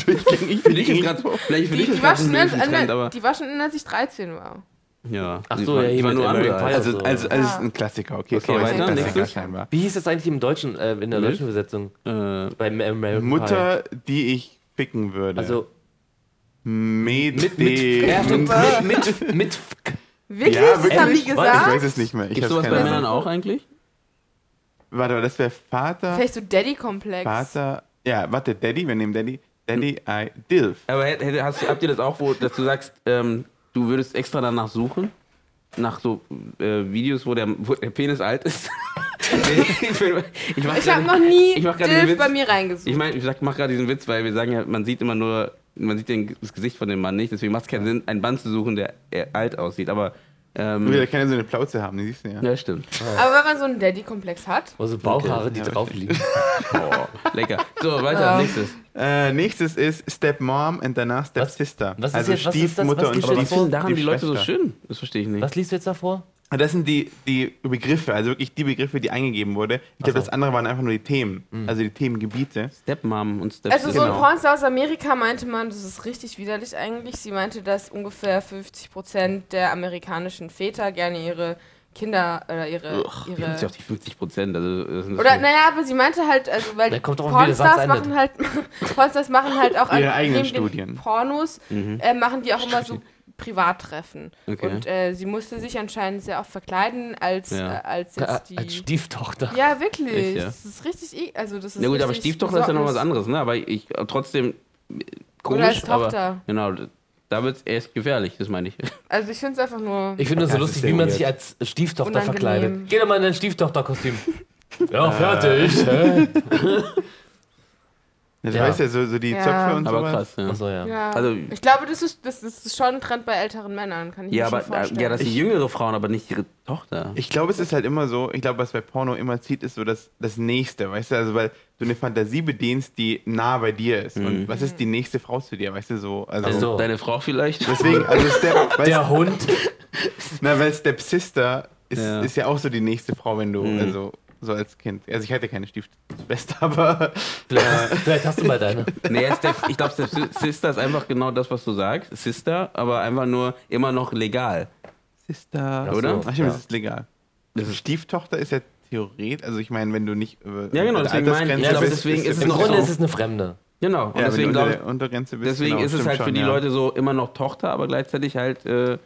ich, für dich ist grad, vielleicht für Die, dich die, ist grad war ein schon in, Milf-Trend, aber... die war schon in, als ich 13 war. Ja. Ach die so, war- ja, die hier war mit nur American andere. Pie. als- Also, also, also es ist ein Klassiker. Okay, Okay, sorry, weiter, ein Klassiker nächstes. scheinbar. Wie hieß das eigentlich im Deutschen, äh, in der Milf? deutschen Übersetzung? Äh, Bei M- American Pie. Mutter, die ich ficken würde. Also mit, mit, mit, dem. Äh, ja, stimmt, Super. mit, mit, mit, Wirklich? Ja, das haben die wirklich. Ich gesagt? weiß es nicht mehr. Ich Gibt hab's sowas keine bei Männern Ahnung. auch eigentlich? Warte, aber das wäre Vater, Vielleicht so Daddy-Komplex. Vater. Ja, warte, Daddy, wir nehmen Daddy. Daddy, Hm. I, Dilf. Aber hätte- hätte- hast, habt ihr das auch, wo, dass du sagst, ähm, du würdest extra danach suchen? Nach so äh, Videos, wo der, wo der Penis alt ist? ich bin- ich mach Ich grad- habe noch nie ich mach grad den Dilf Witz. bei mir reingesucht. Ich meine, ich sag, mach gerade diesen Witz, weil wir sagen ja, man sieht immer nur, man sieht den, das Gesicht von dem Mann nicht, deswegen macht es keinen Sinn, einen Mann zu suchen, der äh, alt aussieht. Aber Du ähm, willst ja keine so eine Plauze haben, die siehst du ja. ja, stimmt. Aber wenn man so einen Daddy-Komplex hat, also Bauchhaare, die drauf liegen. Oh, lecker. So, weiter, Ähm. nächstes. Äh, nächstes ist Step Mom und danach Step Was- Sister. was ist also jetzt- was ist das? Stiefmutter Was und gibt's Aber was jetzt? Stief. finden daran die die Leute so Schwester. schön? Das verstehe ich nicht. Was liest du jetzt davor? Das sind die, die Begriffe, also wirklich die Begriffe, die eingegeben wurde. Ich glaube, so. Hm. das andere waren einfach nur die Themen, also die Themengebiete. Stepmom und Step also so ein Genau. Pornstar aus Amerika meinte man, das ist richtig widerlich eigentlich. Sie meinte, dass ungefähr 50% der amerikanischen Väter gerne ihre Kinder oder ihre. Ugh, die sind ja ihre auf die 50 Prozent. Also, das sind das oder so- naja, aber sie meinte halt, also weil Da kommt drauf an, wie der Satz Pornstars machen halt Pornstars machen halt auch Ihre an- eigenen neben den Studien. Pornos äh, machen die auch immer so Privattreffen. Mhm. Okay. Und äh, sie musste sich anscheinend sehr oft verkleiden als Ja. äh, als Äh, jetzt die Als Stieftochter. Ja, wirklich. Echt, ja? Das ist richtig e also das ist Na gut, aber richtig Stieftochter ist ja noch was besorgnis- anderes, ne? Aber ich aber trotzdem äh, komisch. Oder als aber, Tochter. Genau, da wird es erst gefährlich, das meine ich. Also ich finde es einfach nur Ich finde das so Das ist lustig, sehr wie man weird. sich als Stieftochter Unangenehm. verkleidet. Geh doch mal in dein Stieftochterkostüm. ja, Äh. fertig. Hä? Das Ja. weißt ja so, so die Ja. Zöpfe und Aber sowas. krass, ja. Achso, ja. Ja. Also- ich glaube, das ist, das ist schon ein Trend bei älteren Männern, kann ich Ja, mir aber schon äh, vorstellen. ja, das sind jüngere Frauen, aber nicht ihre Tochter. Ich glaube, es ist halt immer so, ich glaube, was bei Porno immer zieht, ist so das, das Nächste, weißt du? Also, weil du eine Fantasie bedienst, die nah bei dir ist. Mhm. Und was ist die nächste Frau zu dir, weißt du? So, also, Ach so. Deine Frau vielleicht? Deswegen, also Step, weißt, Der Hund. na, weil Step Sister ist Ja. Mhm. ja. ist ja auch so die nächste Frau, wenn du, also, so als Kind. Also, ich hatte keine Stiefschwester, aber Vielleicht, vielleicht hast du mal deine. nee, jetzt der, ich glaube, Sister ist einfach genau das, was du sagst. Sister, aber einfach nur immer noch legal. Sister, so, oder? Ach, stimmt, Ne? ja. das ist legal. Das ist- Stieftochter ist ja theoretisch, also ich meine, wenn du nicht über Ja, genau, über der deswegen meine ich, Altersgrenze ich glaube, bist, deswegen ist es Im noch Grunde so. ist es eine Fremde. Genau. Und Ja, deswegen, wenn du glaub, unter ich- der Untergrenze bist, deswegen genau, ist es stimmt halt für schon, die ja. Leute so immer noch Tochter, aber gleichzeitig halt äh,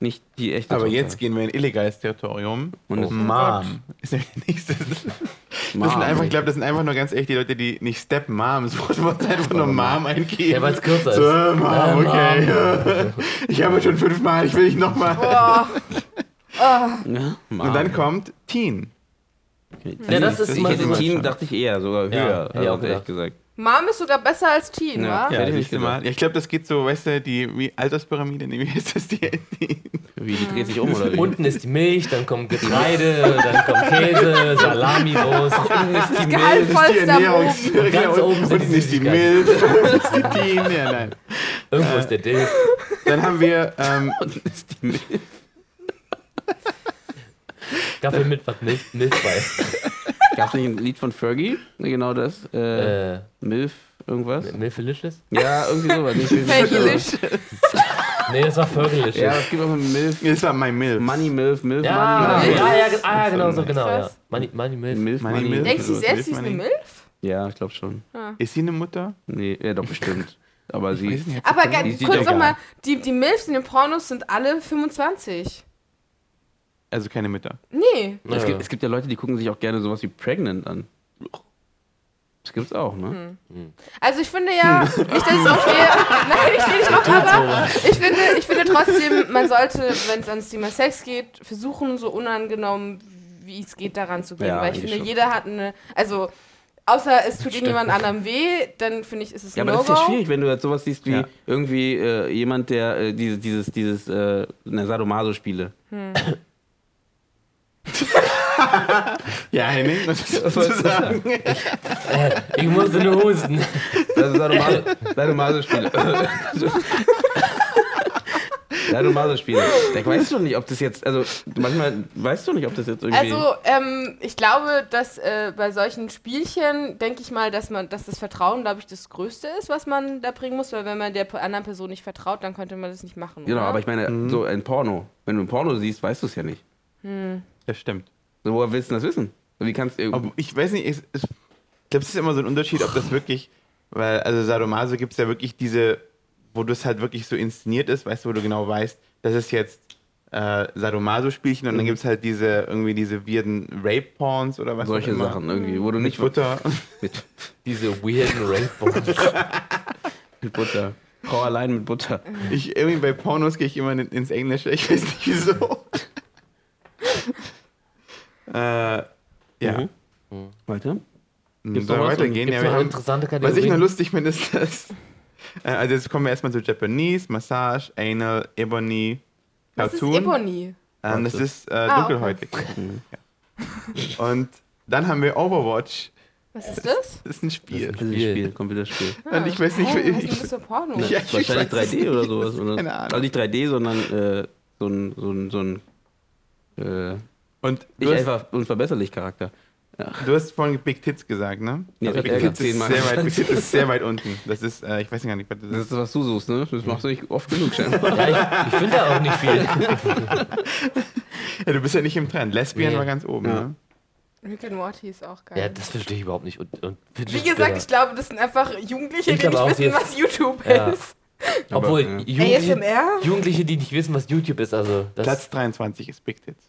nicht die echte Aber Tochter. jetzt gehen wir in illegales Territorium. Und Oh. es- Mom. Ist nämlich der nächste. Das sind einfach, ich glaube, das sind einfach nur ganz echt die Leute, die nicht Step Moms, wo man einfach nur Mom eingeben. Ja, weil's kürzer So, ist. äh, Mom, Äh, okay. Ich habe schon fünfmal, ich will nicht nochmal. Boah, Ja, Mom. Oh. Und dann kommt Teen. Ja, das ist ich immer hätte so. Teen, dachte ich eher, sogar höher. hätte ich auch also, ehrlich gedacht. gesagt. Mom ist sogar besser als Teen, Ja. Ja. wa? Ja, Hätte ich das nicht nächste Mal. Ja, ich glaube, das geht so, weißt du, die wie Alterspyramide, nee, wie heißt das? Die, die, Wie, Mhm. die dreht sich um, oder wie? Unten ist die Milch, dann kommt Getreide, dann kommt Käse, Salami-Wurst. Unten ist die Milch. die Gehaltvollster Oben. Ernährungsregel. Ganz oben und, sind und die nicht die Süßigkeiten. Milch, und ist die Teen. Ja, nein. Irgendwo ist der Dill. Dann haben wir ähm, Unten ist die Milch. Kaffee mit was Milch, Milch bei. Gab es nicht ein Lied von Fergie? Ne, Genau das. Äh, Äh, Milf, irgendwas? Milfelicious? Ja, irgendwie sowas. Nicht Milf, Fergelisch. Nee, das war Fergalicious. Ja, es gibt auch ein Milf. Das war mein Milf. Money Milf, Milf, Ja, Money. ja, ja, ge- ah, ja, genau so, genau. Ja. Was? Money, Money Milf. Milf, Money Money Milf. Milf. Denkt sie das selbst, weiß sie ist man eine nicht. Milf? Ja, ich glaube schon. Ist sie eine Mutter? Nee, ja, doch bestimmt. Aber sie. Weiß nicht. Aber Die ganz sieht kurz egal. nochmal, die, die Milfs in den Pornos sind alle 25. Also keine Mütter. Nee. Es, gibt, es gibt ja Leute, die gucken sich auch gerne sowas wie Pregnant an. Das gibt's auch, ne? Also ich finde ja, nicht, dass ich es verstehe. Nein, ich rede nicht noch, aber ich finde, ich finde trotzdem, man sollte, wenn es ans Thema Sex geht, versuchen, so unangenommen wie es geht, daran zu gehen. Ja, Weil ich eigentlich finde, schon. jeder hat eine. Also, außer es tut irgendjemand anderem weh, dann finde ich, ist es Ja, ein aber No-Go. das ist ja schwierig, wenn du jetzt sowas siehst wie Ja. irgendwie äh, jemand, der äh, dieses, dieses, dieses, äh, ne, Sadomaso-Spiele. Ja, Henning, was ist zu sagen? Äh, ich musste nur husten. Also Sadomaso- Sadomaso-Spiele. Sadomaso-Spiele. Da weißt du nicht, ob das jetzt, also manchmal weißt du nicht, ob das jetzt irgendwie. Also, ähm, ich glaube, dass äh, bei solchen Spielchen, denke ich mal, dass man, dass das Vertrauen, glaube ich, das Größte ist, was man da bringen muss, weil wenn man der p- anderen Person nicht vertraut, dann könnte man das nicht machen. genau, oder? aber ich meine, Mhm. so ein Porno. Wenn du ein Porno siehst, weißt du es ja nicht. Das stimmt. So, woher willst du das wissen? Wie kannst du. Ob, ich weiß nicht, es- es- ich glaube, es ist immer so ein Unterschied, ob das wirklich, weil, also Sadomaso gibt es ja wirklich diese, wo das halt wirklich so inszeniert ist, weißt du, wo du genau weißt, das ist jetzt äh, Sadomaso-Spielchen und Mhm. dann gibt es halt diese, irgendwie diese weirden Rape-Porns oder was auch solche immer. Sachen irgendwie, wo du Mit nicht Butter. mit, Diese weirden Rainbows. mit Butter. Frau allein mit Butter. Ich, irgendwie bei Pornos gehe ich immer in- ins Englische, ich weiß nicht wieso. äh, ja. Mhm. Weiter? Mhm. Gibt's Soll noch was? weitergehen? Gibt's Ja, noch wir haben, interessante Kategorien? was ich nur lustig finde, ist das. Äh, also jetzt kommen wir erstmal zu Japanese, Massage, Anal, Ebony, das ist Cartoon. Ebony. Ähm, das ist äh, Ah, okay. dunkelhäutig. Ja. Und dann haben wir Overwatch. Was ist das? Das ist ein Spiel. Das ist ein Spiel, Computerspiel. Äh, Und ich weiß nicht, Hä, ich, was ist denn ich, das für Porno? Ne, Ja, ich wahrscheinlich weiß es 3D oder sowas. Oder? Keine Ahnung. Also nicht 3D, sondern äh, so ein, so ein, so ein äh, und nicht du hast, einfach unverbesserlich Charakter. du hast vorhin Big Tits gesagt, ne? Nee, das hat Big er Tits, gerade ist zehnmal sehr weit, gesagt. Big Tits ist sehr weit unten. Das ist, äh, ich weiß gar nicht, was das Das ist. ist, was du suchst, ne? Das machst du nicht oft genug, scheinbar. Ja, ich, ich finde da auch nicht viel. Ja, du bist ja nicht im Trend. Lesbian Nee. war ganz oben, Ja. ne? Rick and Morty ist auch geil. Ja, das verstehe ich überhaupt nicht. Und, und Wie gesagt, ich glaube, das sind einfach Jugendliche, Ich die glaube nicht auch, wissen, jetzt- was YouTube Ja. ist. Aber, Obwohl, ja. Jugendliche, ASMR? Jugendliche, die nicht wissen, was YouTube ist, also das Platz 23 ist Big Tits.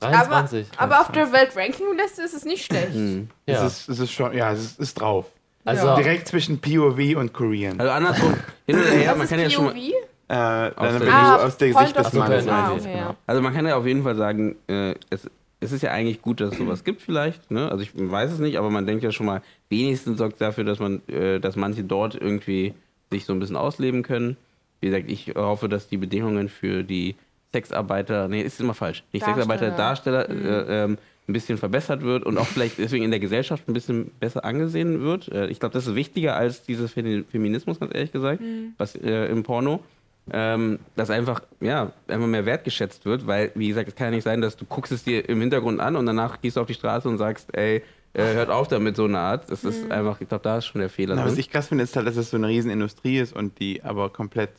Aber, 23. aber auf der Weltranking-Liste ist es nicht schlecht. Hm. ja. Es, ist, es ist schon, ja, es ist, ist drauf. also, Ja. Direkt zwischen POV und Korean. Also andersrum, hin oder her, man Was kann ja ist schon POV? mal, Äh, dann der- bin ich Ah, aus der Point Sicht des of- Mannes. Ach so, Ah, Nein, okay, genau. ja. Also man kann ja auf jeden Fall sagen, äh, es, es ist ja eigentlich gut, dass es sowas gibt vielleicht. Ne? Also ich weiß es nicht, aber man denkt ja schon mal, wenigstens sorgt dafür, dass man, äh, dass manche dort irgendwie sich so ein bisschen ausleben können. Wie gesagt, ich hoffe, dass die Bedingungen für die Sexarbeiter, nee, ist immer falsch, nicht Sexarbeiter, Darsteller äh, ähm, ein bisschen verbessert wird und auch vielleicht deswegen in der Gesellschaft ein bisschen besser angesehen wird. Äh, ich glaube, das ist wichtiger als dieses Fe- Feminismus, ganz ehrlich gesagt, was äh, im Porno ähm, dass einfach, ja, einfach mehr wertgeschätzt wird, weil, wie gesagt, es kann ja nicht sein, dass du guckst es dir im Hintergrund an und danach gehst du auf die Straße und sagst, ey, äh, hört auf damit, so eine Art. Das ist einfach, ich glaube, da ist schon der Fehler. Na, was drin. ich krass finde, ist halt, dass es so eine Riesenindustrie ist und die aber komplett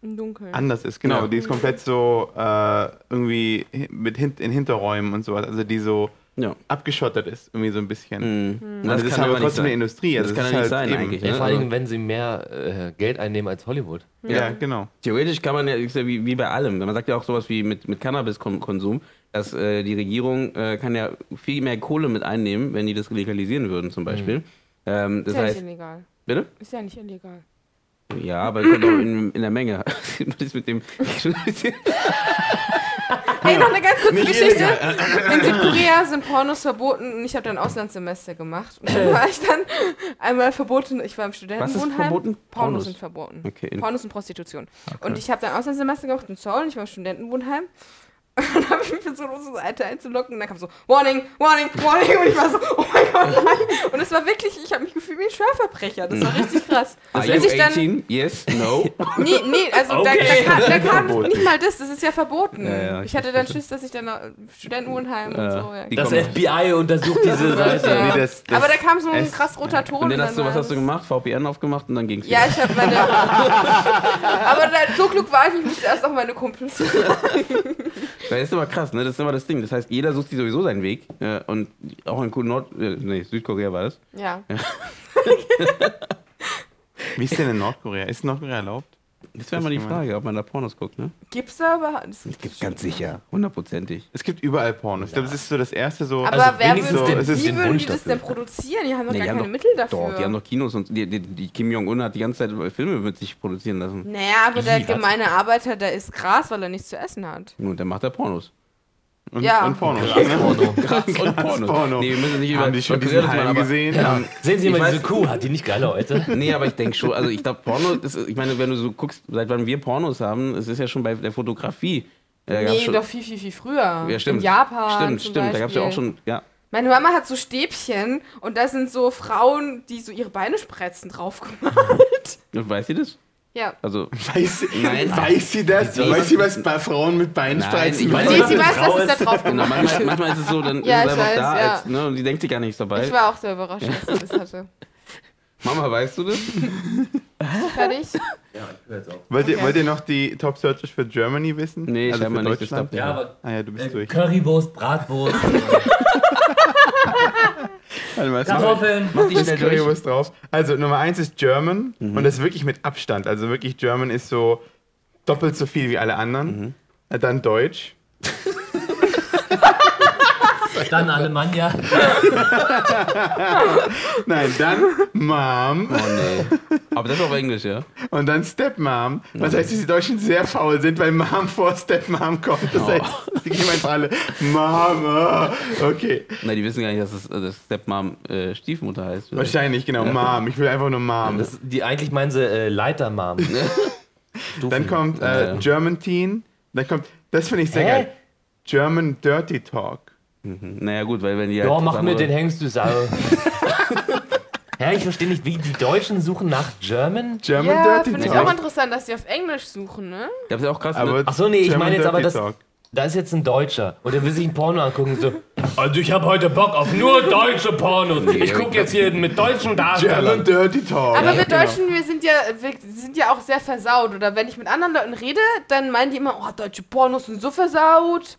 Im Dunkeln. anders ist. Genau, Ja. die ist komplett so äh, irgendwie hin- mit hin in Hinterräumen und sowas. Also die so Ja. abgeschottet ist, irgendwie so ein bisschen. Mhm. Und Also Das, ist aber trotzdem eine Industrie. Das Also kann es ja ist nicht halt sein eben- eigentlich, Ja, ne? vor allem, wenn sie mehr äh, Geld einnehmen als Hollywood. Ja, Ja. genau. Theoretisch kann man ja, ich sag, wie, wie bei allem, man sagt ja auch sowas wie mit, mit Cannabiskonsum, dass äh, die Regierung äh, kann ja viel mehr Kohle mit einnehmen, wenn die das legalisieren würden zum Mhm. Beispiel. Ähm, das ist ja heißt, nicht illegal. bitte? Ist ja nicht illegal. Ja, aber kommt auch in, in der Menge. das mit dem, Hey, noch eine ganz kurze Nicht Geschichte. illegal. In Südkorea sind Pornos verboten und ich habe dann ein Auslandssemester gemacht. Und Äh. dann war ich dann einmal verboten, ich war im Studentenwohnheim. verboten? Pornos, Pornos. sind verboten. Okay. Pornos und Prostitution. Und ich habe dann ein Auslandssemester gemacht in Seoul und ich war im Studentenwohnheim. Und dann habe ich versucht, uns das Alter einzulocken. Und dann kam so, Warning, Warning, Warning. Und ich war so, oh mein Gott, nein. Und es war wirklich, ich habe mich gefühlt wie ein Schwerverbrecher. Das war Mhm. richtig krass. Are Bis Ah, you Also ich dann, 18? Yes? No? Nee, nee, also Okay. da, da kam, da kam Verboten. nicht mal das, das ist ja verboten. Ja, ja, ich hatte dann Schiss, dass ich dann äh, Studentenwohnheim und Äh, so. Ja. die Das kommen- FBI untersucht diese Seite. Ja. Nee, Also das- das Aber da kam so ein es- krass roter Ton. Und dann hast du, was war hast du das- gemacht? VPN aufgemacht und dann ging's Ja, wieder. ich habe meine. aber da, so klug war ich, ich musste erst noch meine Kumpels. Das ist aber krass, ne? Das ist immer das Ding. Das heißt, jeder sucht sich sowieso seinen Weg. äh, Und auch in Nord... äh, Nee, Südkorea war das. Ja. Wie ist denn in Nordkorea? Ist Nordkorea erlaubt? Das wäre mal die Frage, ob man da Pornos guckt, ne? Gibt's da aber. Das Gibt's ganz sicher. Hundertprozentig. Es gibt überall Pornos. Ich glaube, das ist so das erste so. aber Also wer wenigstens würde, den- es ist wie den würden Wunsch die das dafür. denn produzieren? Die haben doch Nee, gar die haben keine doch- Mittel dafür. Doch, die haben doch Kinos und die, die, die Kim Jong-un hat die ganze Zeit äh, Filme mit sich produzieren lassen. naja, aber der Wie, was? gemeine Arbeiter, der isst Gras, weil er nichts zu essen hat. Und dann macht er Pornos. und, ja. und Pornos. ne? Porno. Gras und Pornos. Porno. Nee, wir müssen nicht über Haben die schon über diesen Korea reden, Halm aber- ähm, gesehen? Ja. Sehen Sie Ich mal weiß- diese Kuh, hat die nicht geile Leute? Nee, aber ich denke schon, also ich glaube, Porno, das ist, ich meine, wenn du so guckst, seit wann wir Pornos haben, es ist ja schon bei der Fotografie. Äh, gab's Nee, schon, doch viel, viel, viel früher. ja, stimmt. In Japan. Stimmt, zum stimmt. Da gab es ja auch Beispiel. schon, ja. Meine Mama hat so Stäbchen und da sind so Frauen, die so ihre Beine spretzen drauf gemacht. Und Weiß sie das? Ja. Also, Weiß, sie- Nein. weiß sie das? Wie- Weiß sie, was bei Frauen mit Nein, ich Beinstreifen weiß- Nee, sie eine weiß, dass Frau es da Also ist. drauf genau, gemacht manchmal, manchmal ist es so, dann Ja, ist es ich einfach weiß, da ja. als, ne, und die denkt sich gar nichts dabei. Ich war auch sehr überrascht, dass sie das hatte. Mama, weißt du das? Fertig? wollt, ihr, Okay. wollt ihr noch die Top Searches für Germany wissen? Nee, also scheinbar für nicht, das Deutschland. klappt Ja, aber äh, Ah ja, du bist durch. Currywurst, Bratwurst, Warte mal, es macht- Kartoffeln. Mach dich ist schnell durch. Currywurst drauf. Also Nummer eins ist German Mhm. und das ist wirklich mit Abstand. Also wirklich German ist so doppelt so viel wie alle anderen. Mhm. Äh, Dann Deutsch. Dann Alemannia. Nein, dann Mom Oh nee. Aber das ist auf Englisch, ja? und dann Stepmom. Was heißt, dass die Deutschen sehr faul sind, weil Mom vor Stepmom kommt. Oh. Das heißt, die geben einfach alle Mama. Okay, Nein, die wissen gar nicht, dass es das Stepmom äh, Stiefmutter heißt. wahrscheinlich, genau. Mom. Ich will einfach nur Mom. Das, die eigentlich meinen sie äh, Leitermarm. Dann kommt Ja, äh, ja. German Teen. Dann kommt, das finde ich sehr Hä? geil. German Dirty Talk. Naja, gut, weil wenn die. Ja, halt mach mir andere- den Hengst, du Sau. Hä, ich verstehe nicht, wie die Deutschen suchen nach German? German Ja, Dirty finde ich Talk. auch interessant, dass sie auf Englisch suchen, ne? Das ist ja auch krass. Aber ne? Ach so, nee, ich German meine jetzt aber Dirty das- Talk. Da ist jetzt ein Deutscher und der will sich ein Porno angucken und so. Also ich habe heute Bock auf nur deutsche Pornos. Ich gucke jetzt hier mit deutschen German Darstellern. Dirty Talk. Aber wir Genau. Deutschen, wir sind ja, wir sind ja auch sehr versaut. Oder wenn ich mit anderen Leuten rede, dann meinen die immer, oh, deutsche Pornos sind so versaut.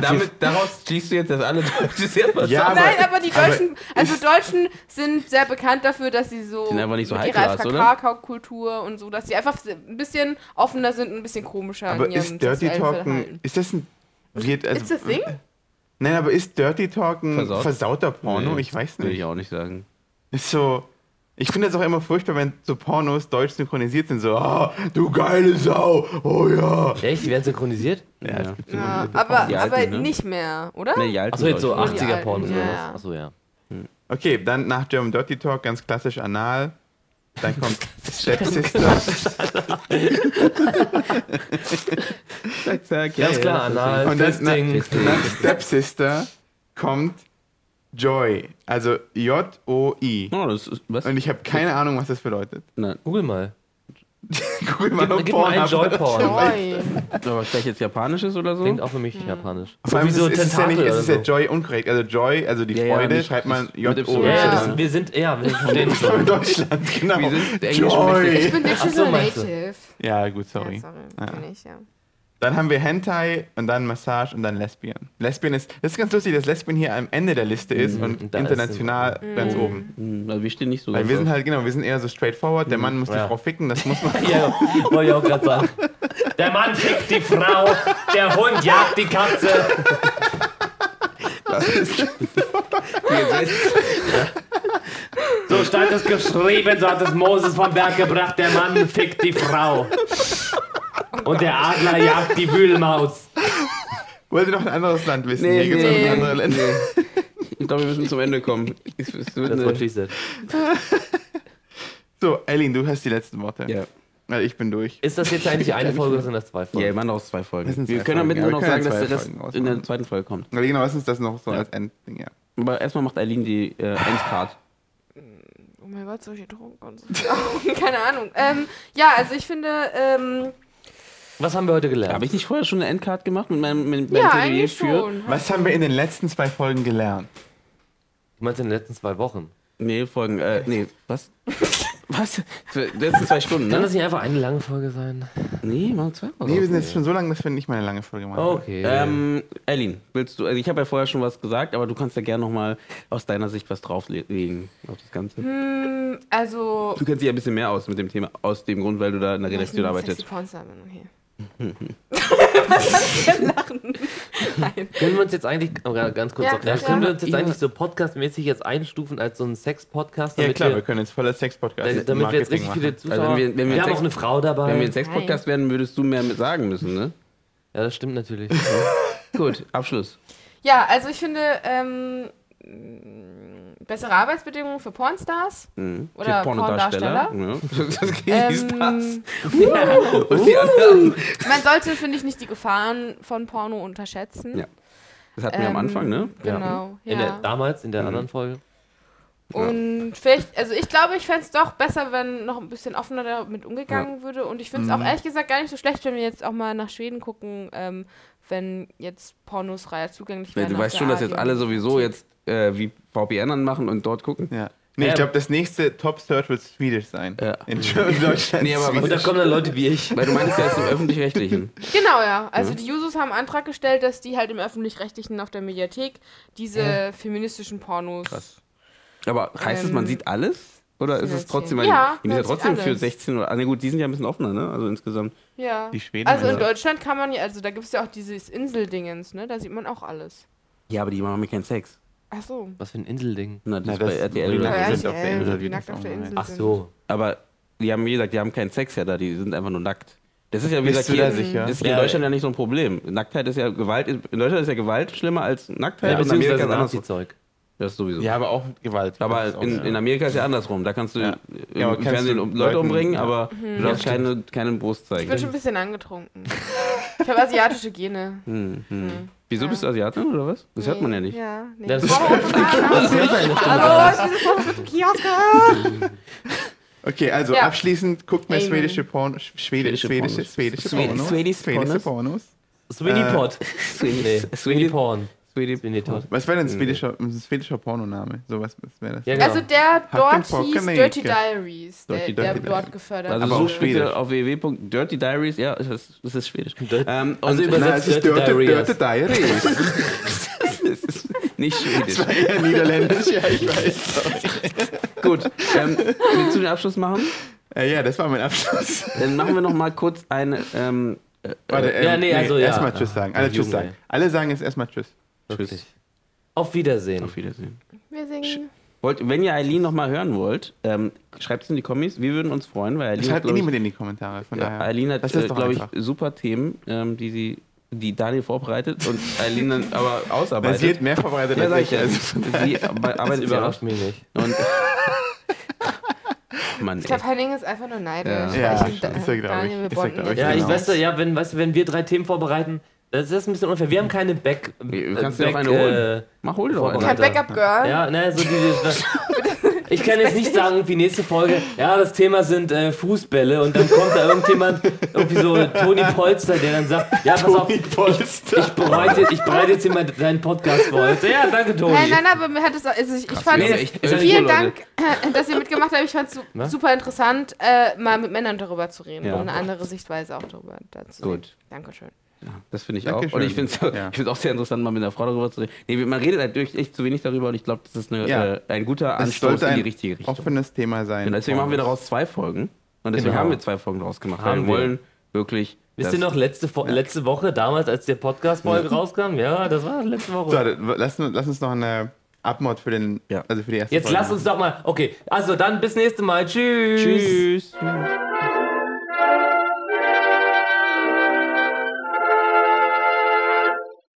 Damit, daraus schließt du jetzt, dass alle Deutsche sehr versaut Ja, aber- Nein, aber die aber Deutschen, also Deutschen sind sehr bekannt dafür, dass sie so, Sind einfach nicht so mit high class, oder? Kakao-Kultur und so, dass sie einfach ein bisschen offener sind, ein bisschen komischer Aber in ihrem ist Dirty sexuellen Talk ein, Verhalten. ist das ein wird, also, Ist das Ding? Nein, aber ist Dirty Talk ein Versaut? versauter Porno? Ich weiß Würde ich nicht. auch nicht sagen. Ist so ich finde das auch immer furchtbar, wenn so Pornos deutsch synchronisiert sind. So, ah, du geile Sau, oh ja. Echt? Die werden synchronisiert? Ja, es gibt Ja, aber Die Alten, aber ne? nicht mehr, oder? Nee, die alten Achso, jetzt so Deutschen. 80er-Pornos oder Ja. was? Achso, ja. Okay, dann nach German Dirty Talk ganz klassisch anal. Dann kommt Stepsister. Zack, zack, ja, Ganz ja, klar, das ist- anal, Und das- Fisting. Nach Stepsister kommt Joy, also J-O-I. Oh, das ist, was? Und ich habe keine Ahnung, was das bedeutet. Nein, Google mal. Google mal Gib, auf gib mal einen Pornhub. Joy-Porn. Neu. aber vielleicht jetzt japanisches oder so? Klingt auch für mich japanisch. Vor allem ist Sowieso es, ist es ja nicht, Tentakel es ist ja oder so. Joy unkorrekt. Also Joy, also die Ja, ja, Freude, nicht- schreibt man ist mit J-O. Y. Ja, Ja. das, wir sind, ja, wir verstehen Das war in schon. Deutschland, genau. Wir sind englischmäßig. Joy. Ich bin Ach so, Digital meinst du. Native. Ja, gut, Ja, sorry. sorry. Ja. Bin ich, ja. Dann haben wir Hentai und dann Massage und dann Lesbian. Lesbian ist, das ist ganz lustig, dass Lesbian hier am Ende der Liste ist und Mhm, da ist Mhm. international ganz oben. Hm, Also wir stehen nicht so Weil ganz wir sind auf. halt, genau, wir sind eher so straightforward, der Mann muss Mhm, Ja. die Frau ficken, das muss man. Ja, wollte ich auch gerade sagen. Der Mann fickt die Frau, der Hund jagt die Katze. So stand es geschrieben, so hat es Moses vom Berg gebracht, der Mann fickt die Frau. Und der Adler jagt die Wühlmaus. Wollt ihr noch ein anderes Land wissen? Nee, Hier gibt's nee. noch andere Länder. Ich glaube, wir müssen zum Ende kommen. Es- es wird eine- said. So, Eileen, du hast die letzten Worte. ja. Weil ich bin durch. Ist das jetzt eigentlich eine Folge oder sind das zwei ja, Folgen? immer noch aus zwei Folgen. Das sind wir zwei können damit Folgen, nur noch ja, wir sagen, können dass der ja Rest zwei Folgen in der ausmachen. zweiten Folge kommt. Weil Genau, was ist das noch so als Endding? Ja. Aber erstmal macht Eileen die äh, Endcard. Oh mein Gott, solche Drogen und so. viele Augen, Keine Ahnung. Ähm, ja, also ich finde, ähm, Was haben wir heute Habe gelernt? ich nicht vorher schon eine Endcard gemacht mit meinem, mit meinem ja, Plädoyer eigentlich für? schon. Was haben wir in den letzten zwei Folgen gelernt? Du meinst in den letzten zwei Wochen. Nee, Folgen. Äh, nee, was? was? Für die letzten zwei Stunden, Kann ne? das nicht einfach eine lange Folge sein? Nee, machen wir zwei Nee, wir Folgen. sind jetzt schon so lange, dass wir nicht mal eine lange Folge machen. Okay. Ähm, Eileen, willst du, also ich habe ja vorher schon was gesagt, aber du kannst ja gerne nochmal aus deiner Sicht was drauflegen auf das Ganze. Hm, also. Du kennst dich ja ein bisschen mehr aus mit dem Thema, aus dem Grund, weil du da in der Redaktion arbeitest. Okay. Was kannst du denn lachen? Nein. Können wir uns jetzt eigentlich, oh, ja, ganz kurz, Ja, noch, klar. können wir uns jetzt Ja. eigentlich so podcastmäßig jetzt einstufen als so ein Sex-Podcast, Ja damit, klar, wir, wir, können jetzt voller Sex-Podcast da- damit wir jetzt Marketing richtig viele Zuschauer Also wenn wir- wenn wir jetzt haben Sex- auch eine Frau dabei. Wenn wir ein Sex-Podcast werden, würdest du mehr mit sagen müssen, ne? ja, das stimmt natürlich. Gut, Abschluss. Ja, also ich finde, ähm, mh, bessere Arbeitsbedingungen für Pornstars. Mhm. Für Oder Ja. Das geht Ähm, nicht Spaß. man Und die anderen. sollte, finde ich, nicht die Gefahren von Porno unterschätzen. Ja. Das hatten wir am Ähm, Anfang, ne? Ja. Genau. Ja. In der, damals, in Mhm. der anderen Folge. Und vielleicht, also ich glaube, ich fände es doch besser, wenn noch ein bisschen offener damit umgegangen würde. Und ich finde es Mhm. auch ehrlich gesagt gar nicht so schlecht, wenn wir jetzt auch mal nach Schweden gucken, ähm, wenn jetzt Pornos freier zugänglich Ja, werden. du auf weißt der schon, dass jetzt ARD. alle sowieso jetzt äh, wie VPN anmachen und dort gucken. Ja. Nee, Ja. ich glaube, das nächste Top-Search wird Swedish sein. Ja. In Deutschland. Nee, aber Swedish. Und da kommen dann Leute wie ich. Weil du meinst ja, es ist im Öffentlich-Rechtlichen. Genau, ja. Also Mhm. die Jusos haben einen Antrag gestellt, dass die halt im Öffentlich-Rechtlichen auf der Mediathek diese feministischen Pornos. Krass. Aber heißt es, man Ähm, sieht alles? Oder ist es finanziell. trotzdem, weil Ja, die sind ja man sieht trotzdem für alles. 16 oder, ah, ne gut, die sind ja ein bisschen offener, ne? Also insgesamt. Ja. Die Schweden, also in Alter. Deutschland kann man ja, also da gibt es ja auch dieses Inseldingens, ne? Da sieht man auch alles. Ja, aber die machen mir keinen Sex. Ach so. Was für ein Inselding. Na, das Na, ist das- bei RTL. Ja, oder so. die sind auf der RTL, Insel, die die nackt das auf der auch Insel. Ach so. Aber die haben, wie gesagt, die haben keinen Sex ja da, die sind einfach nur nackt. Das ist ja, wie Bist gesagt, du da hier, sicher? ist hier Ja. in Deutschland ja nicht so ein Problem. Nacktheit ist ja Gewalt, in Deutschland ist ja Gewalt schlimmer als Nacktheit Ja, und in Amerika ist es beziehungsweise andersrum. Nazi-Zeug. Das ist sowieso. Ja, aber auch Gewalt. Das ist Aber auch in, so. in Amerika ist ja andersrum. Da kannst du Ja. im Ja, aber kannst Fernsehen du Leute Leuten- umbringen, ja. aber du darfst keine, keinen Brust Mhm. Ich bin zeigen. schon ein bisschen angetrunken. ich habe asiatische Gene. Hm, hm. Wieso bist du Asiatin oder was? Das hört man ja nicht. Ja, nee. Das- Hallo, Hallo, ich bin sofort mit dem Kiosk. Okay, also Ja. abschließend guckt mir Amen. schwedische Pornos. Schwede, Schwedische schwedische, Pornos. schwedische Schwe- Pornos. Swedish Schwedische Pornos. Pornos. Sweeney Äh, Pot. Nee, Sweeney Sweeney- Porn. Sweeney Todd. Was wäre denn ein schwedischer, ein schwedischer Pornoname? So was, was wäre das? Hm. Ja, genau. Also der dort Hackenpock, hieß nee, Dirty okay. Diaries, der, Dirty der Diaries. dort gefördert Also Aber so auch wurde. spielt schwedisch. auf www.dirtydiaries. Ja, das ist, das ist schwedisch. Dirt- Ähm, und Also Nein, es ist Dirty Dirty, Diaries. Dirty Diaries. das ist nicht schwedisch. ja, niederländisch, ja, ich weiß. Gut. Ähm, willst du den Abschluss machen? Äh, ja, das war mein Abschluss. Dann machen wir noch mal kurz eine. Ähm, Warte, ähm, Ja, nee, also, ja. Erstmal Tschüss sagen. Alle Jugend, Tschüss sagen. ey. Alle sagen jetzt erstmal Tschüss. tschüss. Auf Wiedersehen. Auf Wiedersehen. Wir singen. Wollt, wenn ihr Eileen noch mal hören wollt, ähm, schreibt es in die Kommis. Wir würden uns freuen, weil Eileen Schreibt glaub eh ich, niemand in die Kommentare. Von Ja, daher. Eileen hat, Das ist äh, doch glaube ich, einfach. super Themen, ähm, die sie, die Daniel vorbereitet und Eileen dann aber Weil sie hat ausarbeitet. mehr verbreitet Ja, als sag ich. ich ja. Also, Sie arbe- Das arbeitet überrascht. überrascht mich nicht. Und Mann, Ich ey. glaube, Henning ist einfach nur neidisch. Ja. weil Ja, ich, ist er, glaub ich. Daniel, wir Ist er, bonden glaub ich. jetzt. Ja, ich Genau. weiß, ja, wenn, weißt, du, wenn wir drei Themen vorbereiten, das ist ein bisschen unfair. Wir haben keine Back. Du äh, kannst dir auch eine Äh, holen. Mach, hol dir doch Kein eine. Alter. Backup-Girl. ja, naja, so dieses. Ich kann jetzt nicht sagen, wie nächste Folge, ja, das Thema sind äh, Fußbälle und dann kommt da irgendjemand, irgendwie so Toni Polster, der dann sagt, ja, pass auf, ich, ich, bereite, ich bereite jetzt hier mal deinen Podcast vor. Jetzt, ja, danke, Toni. Nein, nein, aber mir hat es. Also ich, ich fand Ja, es. echt, ist ja äh, Vielen cool, Dank, dass ihr mitgemacht habt. Ich fand es su Na? super interessant, äh, mal mit Männern darüber zu reden Ja. und eine andere Sichtweise auch darüber dazu. Gut. Dankeschön. Das finde ich Dankeschön. auch. Und ich finde es Ja. auch sehr interessant, mal mit einer Frau darüber zu reden. Nee, man redet halt durch echt zu wenig darüber und ich glaube, das ist eine, Ja. äh, ein guter Es Anstoß sollte in die ein richtige Richtung. offenes Thema sein. Oh. Und deswegen machen wir daraus zwei Folgen. Und deswegen Genau. haben wir zwei Folgen daraus gemacht. Haben wir wir. wollen wirklich. Wisst das- ihr noch, letzte, Fo- letzte Woche, damals, als der Podcast-Folge rauskam? Ja, das war letzte Woche. So, lass, uns- lass uns noch eine Abmod für den, Ja. also für die erste Jetzt Folge lasst uns doch mal. Okay, also dann bis nächste Mal. Tschüss. machen.